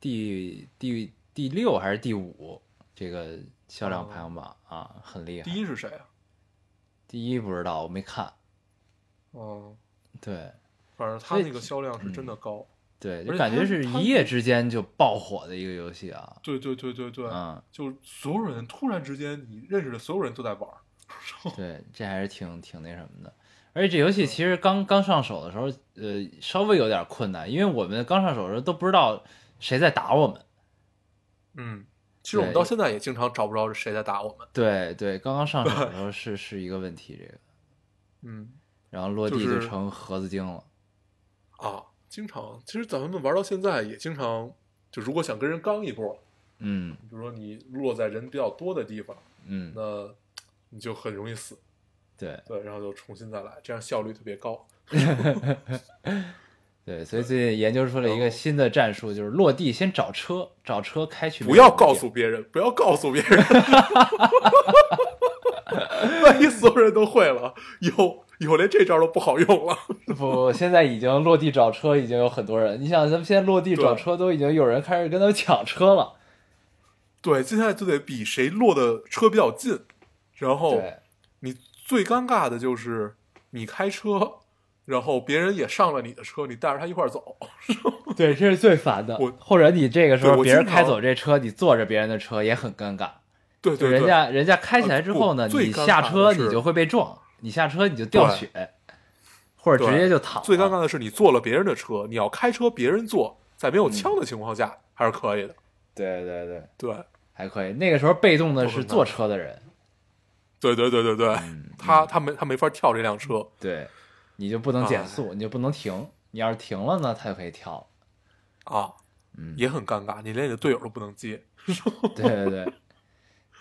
第第第六还是第五这个销量哦排行榜啊，很厉害第。一是谁啊？第一不知道，我没看。嗯，对反正它所以那个销量是真的嗯高。对，而就且感觉它是它一夜之间就爆火的一个游戏啊。对对对对对，嗯，就所有人突然之间，你认识的所有人都在玩。对，这还是挺挺那什么的。而且这游戏其实刚刚上手的时候，呃，稍微有点困难，因为我们刚上手的时候都不知道谁在打我们。嗯，其实我们到现在也经常找不着谁在打我们。对对，刚刚上手的时候是是一个问题，这个，嗯，然后落就地就是成盒子精了。啊，经常，其实咱们玩到现在也经常，就如果想跟人刚一波，嗯比如说你落在人比较多的地方，嗯，那你就很容易死，对对，然后就重新再来，这样效率特别高。对，所以最近研究出了一个新的战术，就是落地先找车，找车开去。不要告诉，别人，不要告诉别人，万一所有人都会了，以后以后连这招都不好用了。不不，现在已经落地找车已经有很多人。你想，咱们现在落地找对车都已经有人开始跟他们抢车了。对，接下来就得比谁落的车比较近，然后对。你最尴尬的就是你开车，然后别人也上了你的车，你带着他一块儿走。 *laughs* 对，这是最烦的我。或者你这个时对候我别人经开常走这车，你坐着别人的车也很尴尬。对就对对，人家人家开起来之后呢，呃不你最尴下尬的车是你就会被撞，你下车你就掉对血，或者直对接就躺最尴了尬的是你坐了别人的车，你要开车别人坐，在嗯没有枪的情况下、还是可以的。对对对，对还可以。那个时候被动的都是很坐尴车的人，嗯对对对对对，他他没他没法跳这辆车，对，你就不能啊减速，你就不能停。你要是停了呢，它就可以跳 *laughs* 了。啊，嗯，也很尴尬，你连你的队友都不能接。对对对，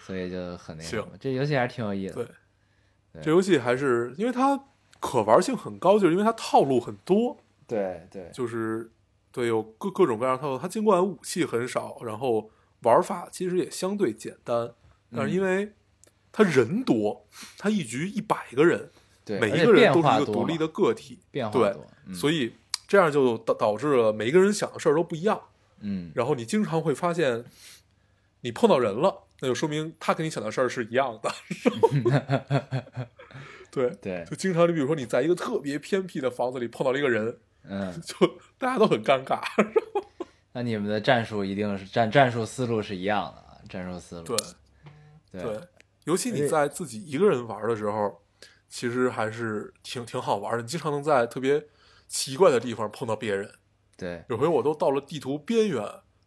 所以就很那什么行。这游戏还是挺有意思对的。，对这游戏还是因为它可玩性很高，就是因为它套路很多，对对就是对有各各种各样的套路。它尽管武器很少，然后玩法其实也相对简单，但是因为它嗯人多，它一局一百个人，对，每而一且个人变都是化一个多独嘛立的个体，变化对多，，嗯所以这样就导导致了每一个人想的事儿都不一样。嗯，然后你经常会发现，你碰到人了，那就说明他跟你想的事儿是一样的。 *laughs* 对对就经常你比如说你在一个特别偏僻的房子里碰到了一个人，嗯，就大家都很尴尬。那你们的战术一定是战战术思路是一样的啊，战术思路。对对尤其你在自己一个人玩的时候，其实还是挺挺好玩的。你经常能在特别奇怪的地方碰到别人。对有回我都到了地图边缘，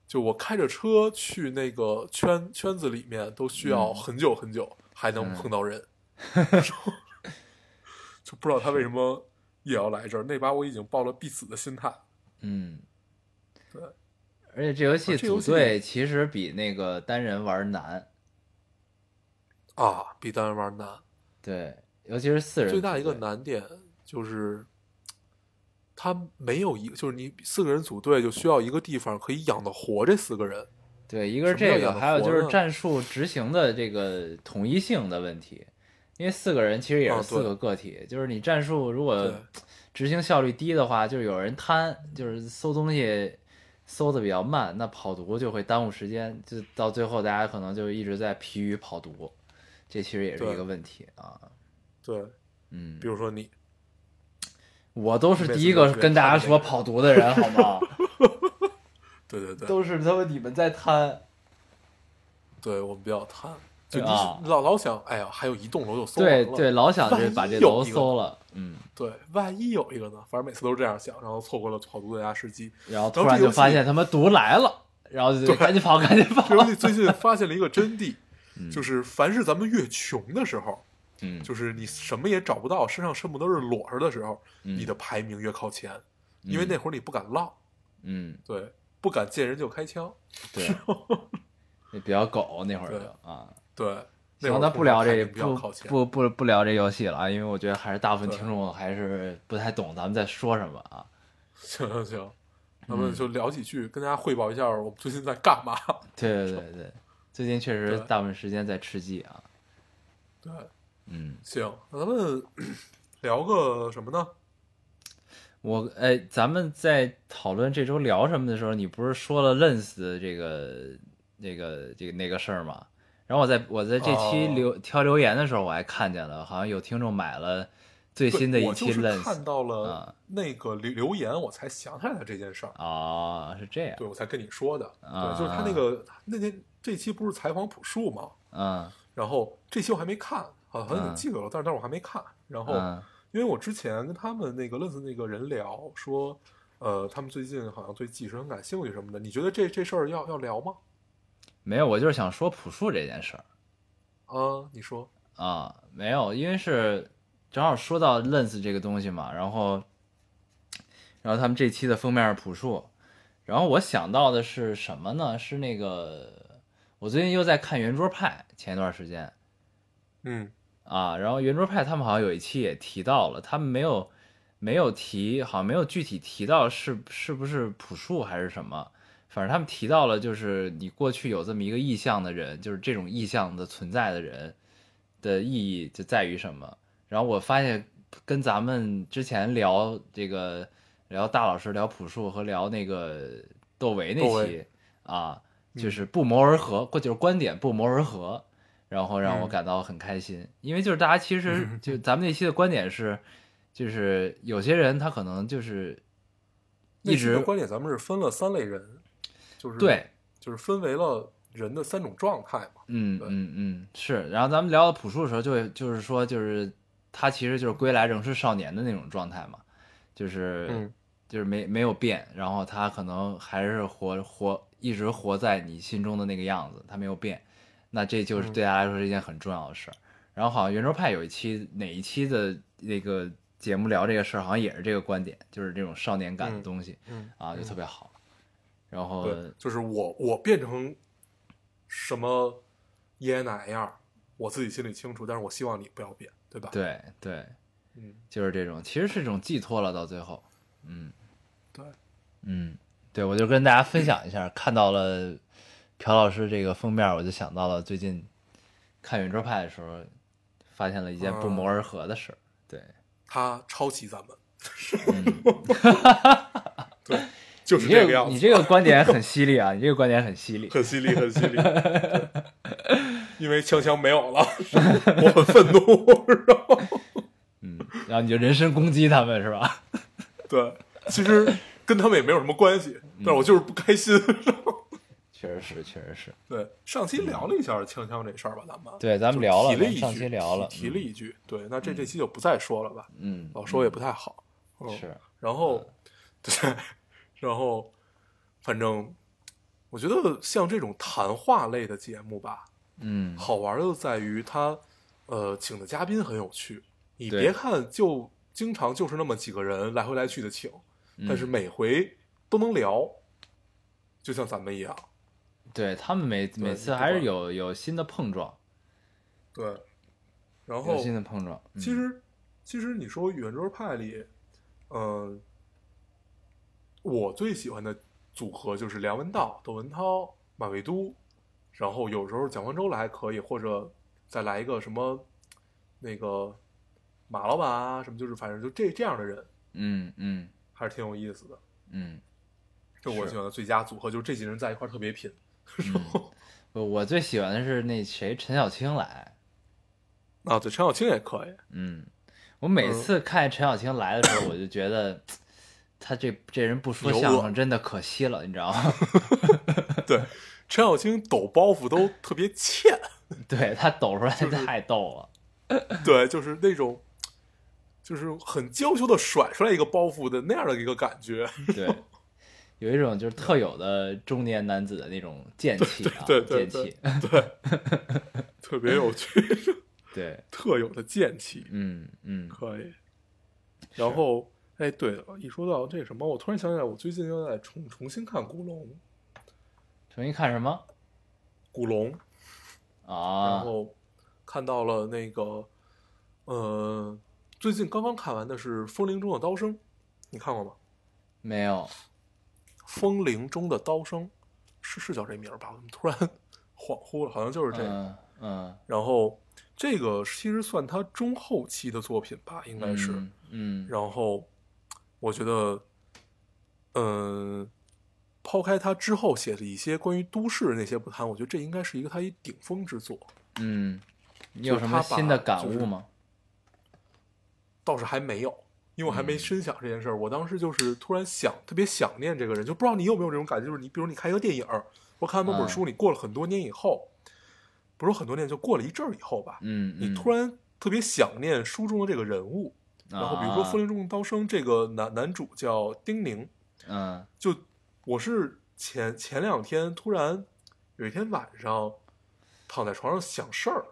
就我开着车去那个圈圈子里面，都需要很久很久还能碰到人，就不知道他为什么也要来这儿。那把我已经抱了必死的心态，嗯，对。而且这游戏啊这游组戏队其实比那个单人玩难，啊，比单人玩难。对，尤其是四人最大一个组队，难点就是，他没有一个，就是你四个人组队就需要一个地方可以养得活这四个人。对，一个是什么这叫个，养得还有活就是呢战术执行的这个统一性的问题，因为四个人其实也啊是四对个个体，就是你战术如果对执行效率低的话，就是有人贪，就是搜东西搜的比较慢，那跑毒就会耽误时间，就到最后大家可能就一直在疲于跑毒，这其实也是对一个问题啊。对，嗯比，如说你，我都是每第次一都个是跟大家看这说个跑毒的人，好吗？对 *laughs* 对对，都是他妈你们在贪，对我们比较贪，就你啊老老想，哎呀，还有一栋楼就搜完对了，对，老想这万一把这有楼一个搜了，嗯，对，万一有一个呢？反正每次都这样想，然后错过了好多最佳时机。然后然后突然这游就发戏现他妈毒来了，然后就对赶紧跑，赶紧跑这，游戏最近发现了一个真谛，嗯就是凡是咱们越穷的时候，嗯，就是你什么也找不到，身上什么都是裸着的时候，嗯你的排名越靠前，因为那会儿你不敢浪，嗯， *laughs* 对，不敢见人就开枪，对，那比较狗那会儿对就啊，对。那会行，儿那不聊这通常排名比较不靠前，不不不聊这游戏了啊，因为我觉得还是大部分对听众还是不太懂咱们在说什么啊。行行行，咱嗯们就聊几句，跟大家汇报一下我们最近在干嘛。对对对对，最近确实对大部分时间在吃鸡啊。对，嗯，行，那咱们 *clears throat* 聊个什么呢？我哎，咱们在讨论这周聊什么的时候，你不是说了 Lens 这个那个这个那个事儿吗？然后我在我在这期哦留、挑留言的时候，我还看见了，好像有听众买了最对新的一我就期是 Lens 看到了啊那个留留言，我才想起来这件事儿，哦，是这样，对我才跟你说的。啊对，就是他那个那天这期不是采访朴树嘛，嗯然后这期我还没看，好像嗯你记得了，但是但是我还没看。然后嗯因为我之前跟他们那个认识那个人聊说，呃，他们最近好像对技术很感兴趣什么的，你觉得这这事儿要要聊吗？没有，我就是想说朴树这件事儿啊，你说，啊，没有，因为是正好说到 lens 这个东西嘛，然后，然后他们这期的封面是朴树，然后我想到的是什么呢？是那个我最近又在看圆桌派，前一段时间嗯，啊，然后圆桌派他们好像有一期也提到了，他们没有没有提，好像没有具体提到是是不是朴树还是什么，反正他们提到了，就是你过去有这么一个意向的人，就是这种意向的存在的人的意义就在于什么。然后我发现跟咱们之前聊这个聊大老师聊朴树和聊那个窦唯那窦期唯啊，嗯就是不谋而合，或就是观点不谋而合。然后让我嗯感到很开心，因为就是大家其实 *laughs* 就咱们那期的观点是，就是有些人他可能就是那一期直的观点咱们是分了三类人，就是对，就是分为了人的三种状态嘛。嗯对嗯嗯，是。然后咱们聊到朴树的时候就，会就是说，就是他其实就是归来仍是少年的那种状态嘛，就是、嗯就是没没有变，然后他可能还是活活一直活在你心中的那个样子，他没有变。那这就是嗯对他来说是一件很重要的事儿。然后好像圆桌派有一期哪一期的那个节目聊这个事儿，好像也是这个观点，就是这种少年感的东西，嗯啊，就特别好。然后对，就是我我变成什么爷爷奶奶样儿，我自己心里清楚，但是我希望你不要变，对吧？，对对，嗯，就是这种，其实是一种寄托了，到最后，嗯对，嗯，对，我就跟大家分享一下，看到了朴老师这个封面，我就想到了最近看《圆桌派》的时候，发现了一件嗯不谋而合的事儿， *laughs* 对，他抄袭咱们，嗯。对，就是你这个样子，你这个观点很犀利啊！你这个观点很犀利。很犀利，很犀利，对因为锵锵没有了， *laughs* 我很愤怒，然后嗯，然后你就人身攻击他们是吧？ *laughs* 对，其实跟他们也没有什么关系，但是我就是不开心。 *laughs* 确实是，确实是。对，上期聊了一下锵锵这事儿吧，咱们对咱们就聊了提了一句，上期聊了提提了一句，对，那这这期就不再说了吧，嗯，老说也不太好，嗯，是，然后，对，然后，反正我觉得像这种谈话类的节目吧，嗯，好玩儿就在于他，呃，请的嘉宾很有趣。你对别看就经常就是那么几个人来回来去的请，但是嗯每回都能聊，就像咱们一样。对他们每每次不还是管有有新的碰撞，对，然后有新的碰撞。嗯其实，其实你说圆桌派里，嗯、我最喜欢的组合就是梁文道、窦文涛、马未都，然后有时候蒋方舟来还可以，或者再来一个什么那个马老板啊，什么就是反正就这这样的人，嗯嗯还是挺有意思的。嗯，这我是喜欢的最佳组合就是这几个人在一块儿特别拼。我嗯我最喜欢的是那谁陈小青来，啊，对，陈小青也可以，嗯，我每嗯次看陈小青来的时候，我就觉得他这这人不说牛相了声真的可惜了，你知道 *laughs* 吗？ *laughs* 对， *laughs* 陈小青抖包袱都特别欠。对他抖出来太逗了。 *laughs* 对，就是那种，就是很娇羞的甩出来一个包袱的那样的一个感觉。对，有一种就是特有的中年男子的那种贱气啊，对 *laughs* 对贱气，特别有趣， *laughs* *laughs* 对，特有的贱气，嗯嗯，可以。然后，哎，对了，一说到这什么，我突然想起来，我最近又在重重新看古龙《重新看什么古龙》，然啊？后看到了那个，呃，最近刚刚看完的是《风铃中的刀声》，你看过吗？没有， 《风铃中的刀声》是是叫这名儿吧？我怎么突然 *laughs* 恍惚了？好像就是这个。嗯嗯，然后这个其实算他中后期的作品吧，应该是。嗯嗯然后我觉得，嗯、抛开他之后写的一些关于都市的那些不谈，我觉得这应该是一个他一顶峰之作，嗯，你有就是什么他把新的感就是悟吗？倒是还没有。因为我还没嗯深想这件事儿，我当时就是突然想，特别想念这个人，就不知道你有没有这种感觉，就是你，比如你看一个电影儿，或看某本嗯书，你过了很多年以后，不是很多年，就过了一阵儿以后吧，嗯，你嗯突，然特别想念书中的这个人物，然后比如说《啊风铃中的刀声》这个男男主叫丁宁，嗯就我是前前两天突然有一天晚上躺在床上想事儿，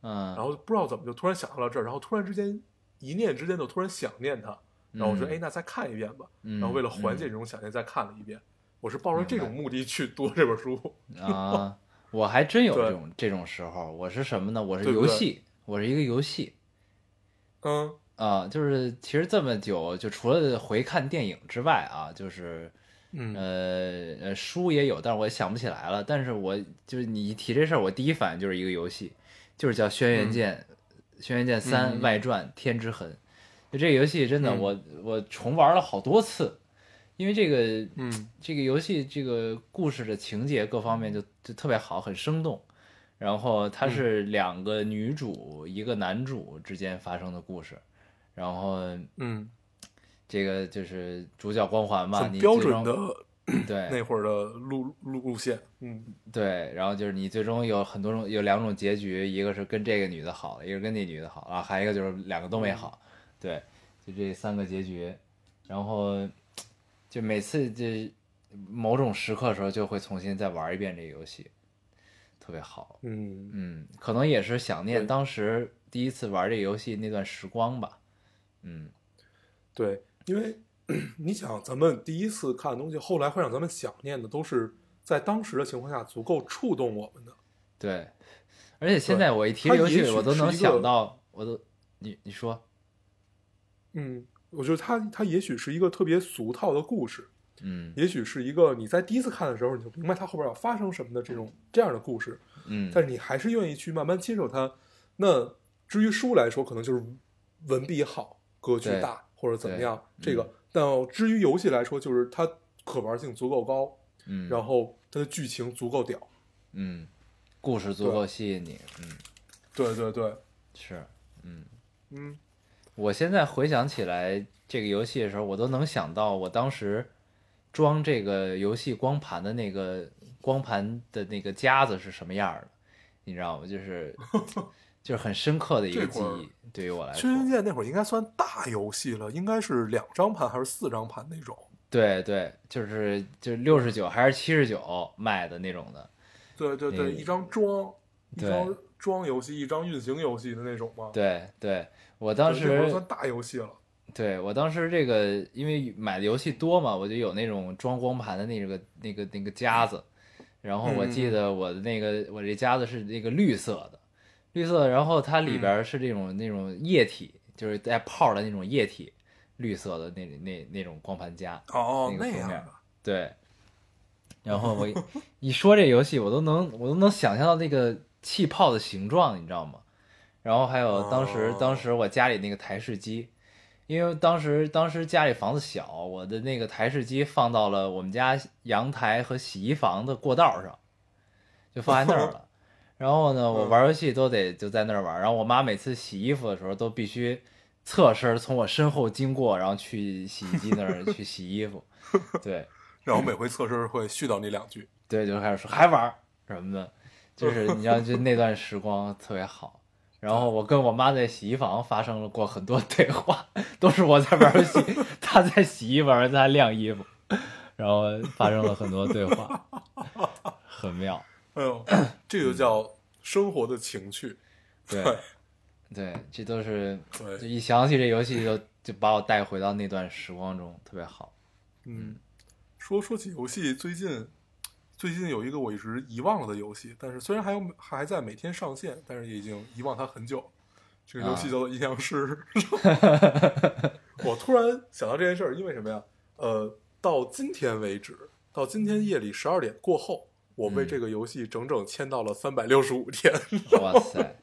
嗯，然后不知道怎么就突然想到了这儿，然后突然之间一念之间就突然想念他，然后我说嗯哎那再看一遍吧，嗯，然后为了缓解这种想念再看了一遍，我是抱着这种目的去读这本书，嗯啊，我还真有对这种这种时候，我是什么呢？我是对不游对戏，我是一个游戏，嗯啊，就是其实这么久，就除了回看电影之外啊，就是嗯呃呃书也有，但是我想不起来了。但是我就是你一提这事儿，我第一反应就是一个游戏，就是叫《轩辕嗯剑》轩辕剑三嗯外传天之痕》。就这个游戏真的，嗯我我重玩了好多次，因为这个嗯这个游戏这个故事的情节各方面就就特别好，很生动。然后嗯它是两个女主、一个男主之间发生的故事，然后嗯，这个就是主角光环嘛，很你哎标最终准的那对会儿的路路路线，嗯对，然后就是你最终有很多种有两种结局，一个是跟这个女的好了，一个是跟那女的好了，啊还有一个就是两个都嗯没好，对，就这三个结局，然后就每次这某种时刻的时候就会重新再玩一遍这个游戏，特别好，嗯。嗯，可能也是想念对当时第一次玩这个游戏那段时光吧，嗯对，因为 *clears throat* 你想，咱们第一次看的东西，后来会让咱们想念的，都是在当时的情况下足够触动我们的。对，而且现对在我一提它游也戏，许我都是能一想个到，我都你你说，嗯，我觉得它它也许是一个特别俗套的故事，嗯也许是一个你在第一次看的时候你就明白它后边要发生什么的这种这样的故事，嗯，但是你还是愿意去慢慢接受它。那至于书来说，可能就是文笔好、格局对大或者怎么对样，这个嗯。那至于游戏来说，就是它可玩性足够高，嗯，然后它的剧情足够屌。嗯，故事足对够吸引你，嗯，对对对，是，嗯，嗯，我现在回想起来这个游戏的时候，我都能想到我当时装这个游戏光盘的那个光盘的那个夹子是什么样儿的，你知道吗？就是 *laughs* 就是很深刻的一个这记会儿忆，对于我来《说轩，辕剑》那会儿应该算大游戏了，应该是两张盘还是四张盘那种。对对，就是就是六十九还是七十九卖的那种的，对对对，嗯一张装，一对张装游戏，一张运行游戏的那种嘛。对对，我当对那会儿时算大游戏了。对我当时这个，因为买的游戏多嘛，我就有那种装光盘的那个那个那个夹子。然后我记嗯得我的那个我这夹子是那个绿色的，绿色的，然后它里嗯边儿是这种那种液体，就是带泡儿的那种液体，绿色的那那那种光盘夹。哦，那个封样面的。 *laughs* 对，然后我一一说这游戏，我都能我都能想象到那个气泡的形状，你知道吗？然后还有当时、哦当时我家里那个台式机，因为当时当时家里房子小，我的那个台式机放到了我们家阳台和洗衣房的过道上，就放在那儿了。 *laughs* 然后呢，我嗯玩游戏都得就在那儿玩。然后我妈每次洗衣服的时候都必须侧身从我身后经过，然后去洗衣机那儿去洗衣服。对，然后每回测试会絮叨你两句。对，就开始说还玩儿什么的，就是你知道，就那段时光 *laughs* 特别好。然后我跟我妈在洗衣房发生了过很多对话，都是我在玩儿游戏， *laughs* 她在洗衣服，而在晾衣服，然后发生了很多对话，很妙。哎呦，这就叫生活的情 *laughs* 趣。 *laughs* 对，对，这都是，对就一想起这游戏就就把我带回到那段时光中，特别 *laughs* 好。嗯，说说起游戏，最近最近有一个我一直遗忘了的游戏，但是虽然还有还在每天上线，但是也已经遗忘它很久了。这个游戏啊叫做《阴阳师》 *laughs* 我突然想到这件事儿，因为什么呀？呃，到今天为止，到今天夜里十二点过后，我被嗯这个游戏整整签到了三百六十五天。哇塞，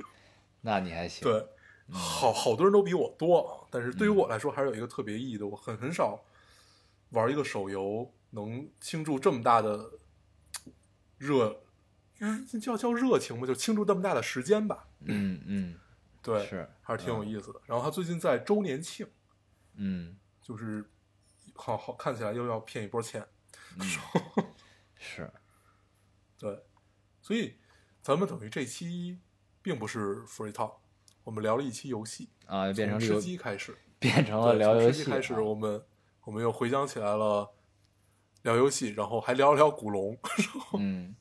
那你还行。对，嗯好好多人都比我多啊，但是对于我来说还是有一个特别意义的，我很很少玩一个手游能倾注这么大的热，嗯，叫叫热情吧，就倾注这么大的时间吧。嗯嗯对，是还是挺有意思的。然后他最近在周年庆，嗯就是好好看起来又要骗一波钱， *laughs* 嗯，是。对，所以咱们等于这期并不是 free talk，我们聊了一期游戏，啊，变成了从吃游，鸡开始。变成了对，聊从游吃戏鸡开始，啊我们我们又回想起来了聊游戏，然后还聊了聊古龙。 *laughs* 嗯，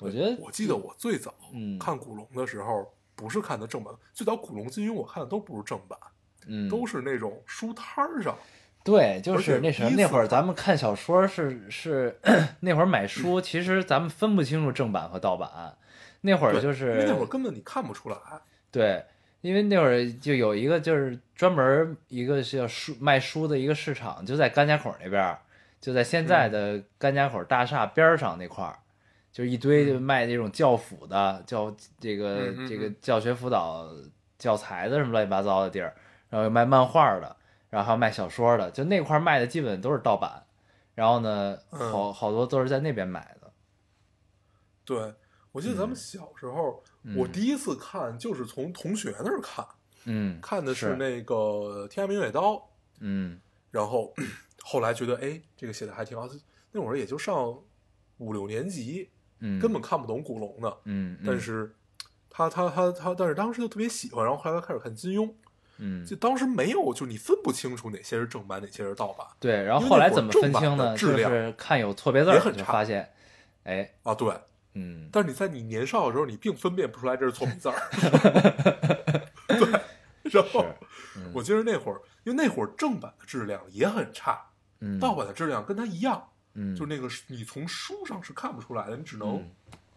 我觉得，我记得我最早嗯看古龙的时候，不是看的正版，最早古龙金庸我看的都不是正版，嗯，都是那种书摊儿上。对，就而且是那什么第一那次会儿看咱们看小说是是 *clears throat* 那会儿买书，其实咱们分不清楚正版和盗版。那会儿对，就因为是那会儿根本你看不出来。对，因为那会儿就有一个就是专门儿一个是叫书卖书的一个市场，就在甘家口那边儿，就在现嗯在的甘家口大厦边儿上那块儿，就一堆就卖那种教辅的教这个嗯嗯这个嗯教学辅导教材的什么乱七八糟的地儿，然后有卖漫画儿的，然后还有卖小说儿的，就那块儿卖的基本都是盗版，然后呢，嗯好好多都是在那边买的，对，我记得咱嗯们小时候，我第一次看就是从同学那儿看，嗯，看的是是那个《天涯明月刀》，嗯然后 *clears throat* 后来觉得哎，这个写的还挺好。那会儿也就上五六年级，嗯，根本看不懂古龙的，嗯，嗯但是他他他他，但是当时就特别喜欢，然后后来他开始看金庸，嗯就当时没有，就你分不清楚哪些是正版，哪些是盗版对，然后因为后那来会儿怎么正分版清的呢？质就量是看有错别字儿，也很你就差发现，哎，啊。对，嗯， *laughs* 但是你在你年少的时候，你并分辨不出来这是错别字儿。然后是，嗯我记得那会儿，因为那会儿正版的质量也很差，嗯盗版的质量跟它一样，嗯就那个是你从书上是看不出来的，你只能嗯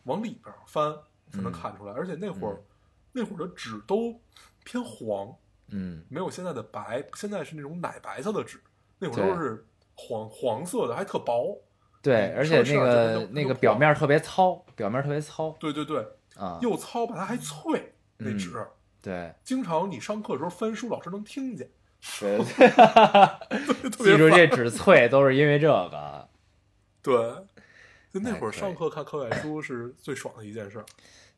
往里边翻才能看出来。而且那会儿，那会儿的纸都偏黄，嗯没有现在的白，现在是那种奶白色的纸，那会儿对都是黄黄色的，还特薄。对，嗯而且是那是个是那个表面特别糙，表面特别糙对对对，啊，又糙吧，它还脆，那嗯纸。 *laughs* 对，经常你上课的时候翻书，老师能听见，对，记特别住烦这纸脆都是因为这个。啊对，就那哎会儿可上以课看课外书是最爽的一件事儿。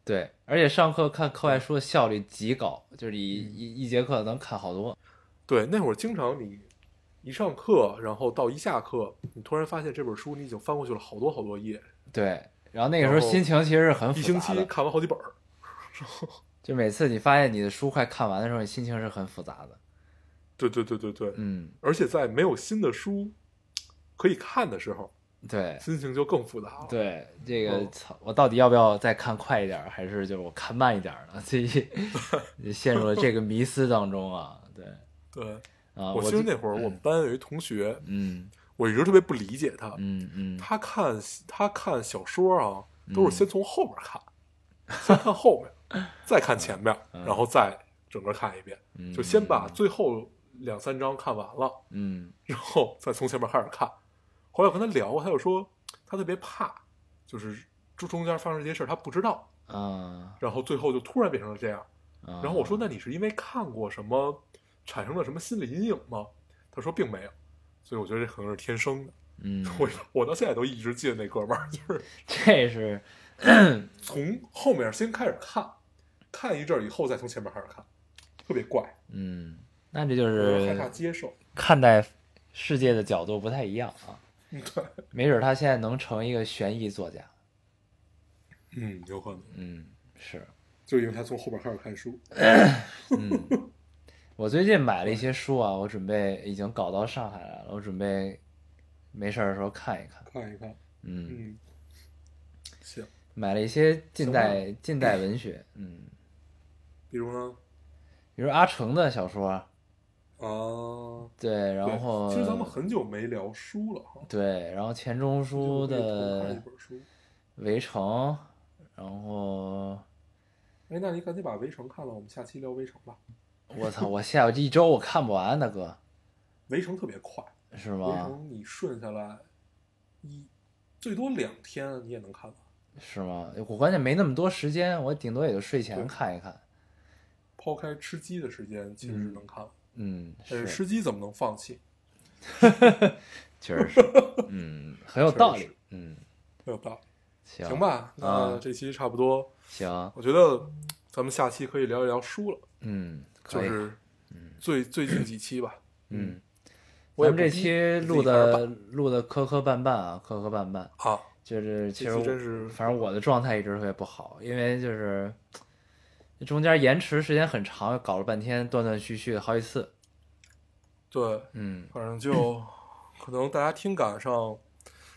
对，而且上课看课外书的效率极高，就是一嗯一一节课能看好多。对，那会儿经常你一上课，然后到一下课，你突然发现这本书你已经翻过去了好多好多页，对，然后那个时候然后心情其实是很一复星杂期的，看完好几本儿。就每次你发现你的书快看完的时候，你心情是很复杂的。对对对对对，嗯，而且在没有新的书可以看的时候，对心情就更复杂了。对，这个嗯操，我到底要不要再看快一点儿，还是就是我看慢一点儿呢？ *laughs* 最 *laughs* 近也陷入了这个迷思当中啊。对对，啊，我我记得就那会儿我们班有一同学，嗯我一直特别不理解他，嗯嗯，他看他看小说啊，都嗯是先从后面看，先看 *laughs* 后面，再看前面，然后再整个看一遍，嗯就先把最后两三章看完了，嗯然后再从前面开始看。后来我跟他聊，他就说他特别怕，就是中中间发生这些事儿他不知道，啊，然后最后就突然变成了这样。然然后我说：“那你是因为看过什么，产生了什么心理阴影吗？”他说：“并没有。”所以我觉得这可能是天生的。嗯， *laughs* 我我到现在都一直记得那哥们 *laughs* 儿，就是这是从后面先开始看，看一阵儿以后再从前面开始看，特别怪，嗯，那这就我是就害怕接受。看待世界的角度不太一样啊。嗯， *laughs* 对，没准儿他现在能成一个悬疑作家。嗯，有可能，嗯，是。就因为他从后边开始看书。嗯，我最近买了一些书啊，我准备已经搞到上海来了，我准备没事儿的时候看一看。看一看，嗯，嗯，行，买了一些近什代近代文学，嗯，比如呢，比如阿城的小说，啊，对，然后对其实咱们很久没聊书了哈，对，然后钱钟书就我也偷看了的一本书， 《围城》，然后哎，那你赶紧把《围城》看了，我们下期聊《围城》吧，我操，我下我这一周我看不完，大哥， 《围城》特别快，是《围吗？城》你顺下来一最多两天你也能看完，是吗？我关键没那么多时间，我顶多也就睡前对看一看。抛开吃鸡的时间其实是嗯能看完。嗯，但呃是吃鸡怎么能放弃？确 *laughs* 实是，嗯，很有确道实理是，嗯，没有道理。行行，吧，那啊这期差不多，行，我觉得咱们下期可以聊一聊书了，嗯，可就以，是最最近几期吧。嗯，我也咱不们这期逼自己录一个人的录的磕磕绊绊啊，磕磕绊绊，啊，就是其这实期我真是反正我的状态一直特别不好，因为就是中间延迟时间很长，搞了半天断断续续好几次，对，嗯，反正就可能大家听感上，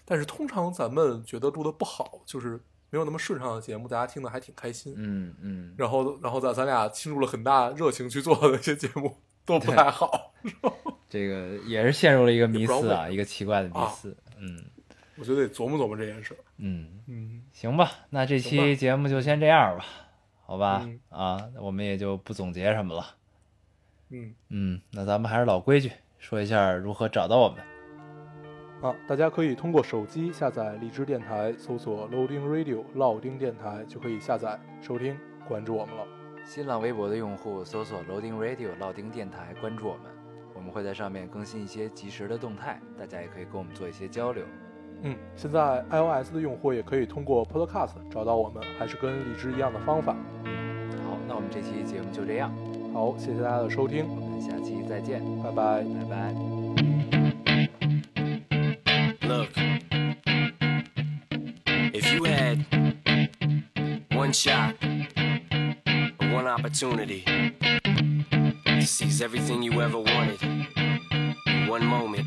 但是通常咱们觉得录的不好，就是没有那么顺畅的节目，大家听的还挺开心。嗯嗯，然后，然后在咱俩倾注了很大热情去做的那些节目都不太好，这个也是陷入了一个迷不知思道为啊，一个奇怪的迷啊思，嗯我觉得得琢磨琢磨这件事儿。嗯。嗯，行吧，那这行吧期节目就先这样吧，好吧？嗯啊，我们也就不总结什么了。嗯嗯，那咱们还是老规矩，说一下如何找到我们。啊，大家可以通过手机下载荔枝电台，搜索 Loading Radio 老丁电台，就可以下载收听，关注我们了。新浪微博的用户搜索 Loading Radio 老丁电台，关注我们，我们会在上面更新一些及时的动态，大家也可以跟我们做一些交流。嗯，现在 iOS 的用户也可以通过 Podcast 找到我们，还是跟荔枝一样的方法。好，那我们这期节目就这样，好，谢谢大家的收听，我们下期再见，拜拜。拜拜。 Look, if you had one shot, or one opportunity to seize everything you ever wanted in one moment,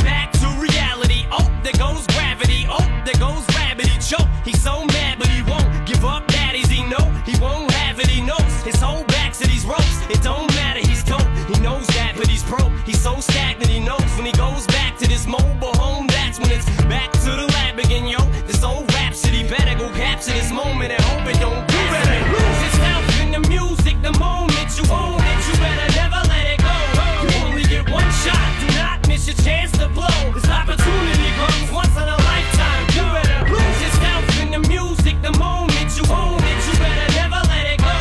back to reality. Oh, there goes gravity. Oh, there goes rabbit. He choke. He's so mad, but he won't give up. Daddies, he know he won't have it. He knows his whole back to these ropes. It don't matter. He's dope. He knows that, but he's broke. He's so stagnant. He knows when he goes back to this mobile home. That's when it's back to the lab again, yo. This old rhapsody better go capture this moment and hope it don't do better. Lose itself in the music. The moment you own it, you better never let it go. You only get one shot. Do not miss your chance to blow. This opportunity comes once in a lifetime. You better lose yourself in the music. The moment you own it, you better never let it go.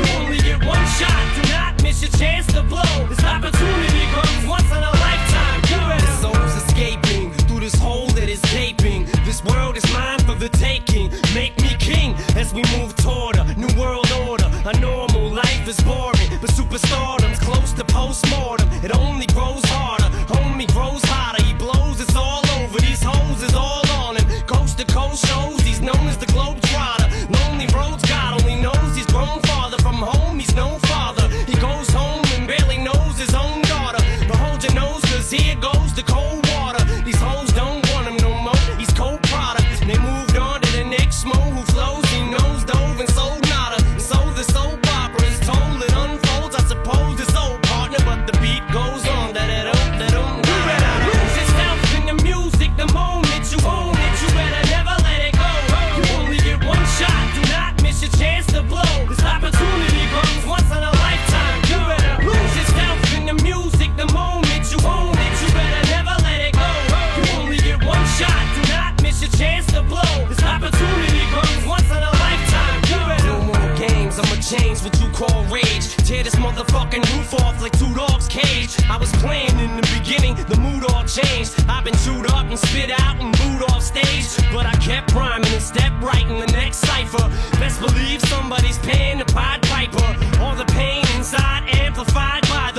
You only get one shot. Do not miss your chance to blow. This opportunity comes once in a lifetime. You better. Souls escaping through this hole that is gaping. This world is mine for the taking. Make me king as we move toward a new world order. A normal life is boring, but superstardom's close to postmortem. It only grows harder. Homie grows hotter. He blows. It's all over. These hoes is all on him. Coast to coast shows. He's known as the globetrotter. Lonely roads. God only knows he's grown farther from home. He's no father. He goes home and barely knows his own daughter. But hold your nose, cause here goes the cold water. These hoes don't want him no more. He's cold product. They moved on to the next mo who flows. He knows dove and sold nada. So the soap opera is told. It unfolds. I suppose it's old partner, but the beat goes on. Da da da da You better lose yourself in the music the moment you own it. You better never let it go. You only get one shot. Do not miss your chance to blow. This opportunity comes once in a lifetime. You better lose yourself in the music the moment you own it. You better never let it go. You only get one shot. Do not miss your chance to blow. This opportunity comes once in a lifetime. You better. No more games. I'ma change what you call rage. Tear this motherfucking roof off like two dogs' cage. I was playing in the beginning. The mood all changed. I've been chewed up and spit out and booed off stage. But I kept rhyming and stepped right in the next cipher. Best believe somebody's paying the Pied Piper. All the pain inside amplified by the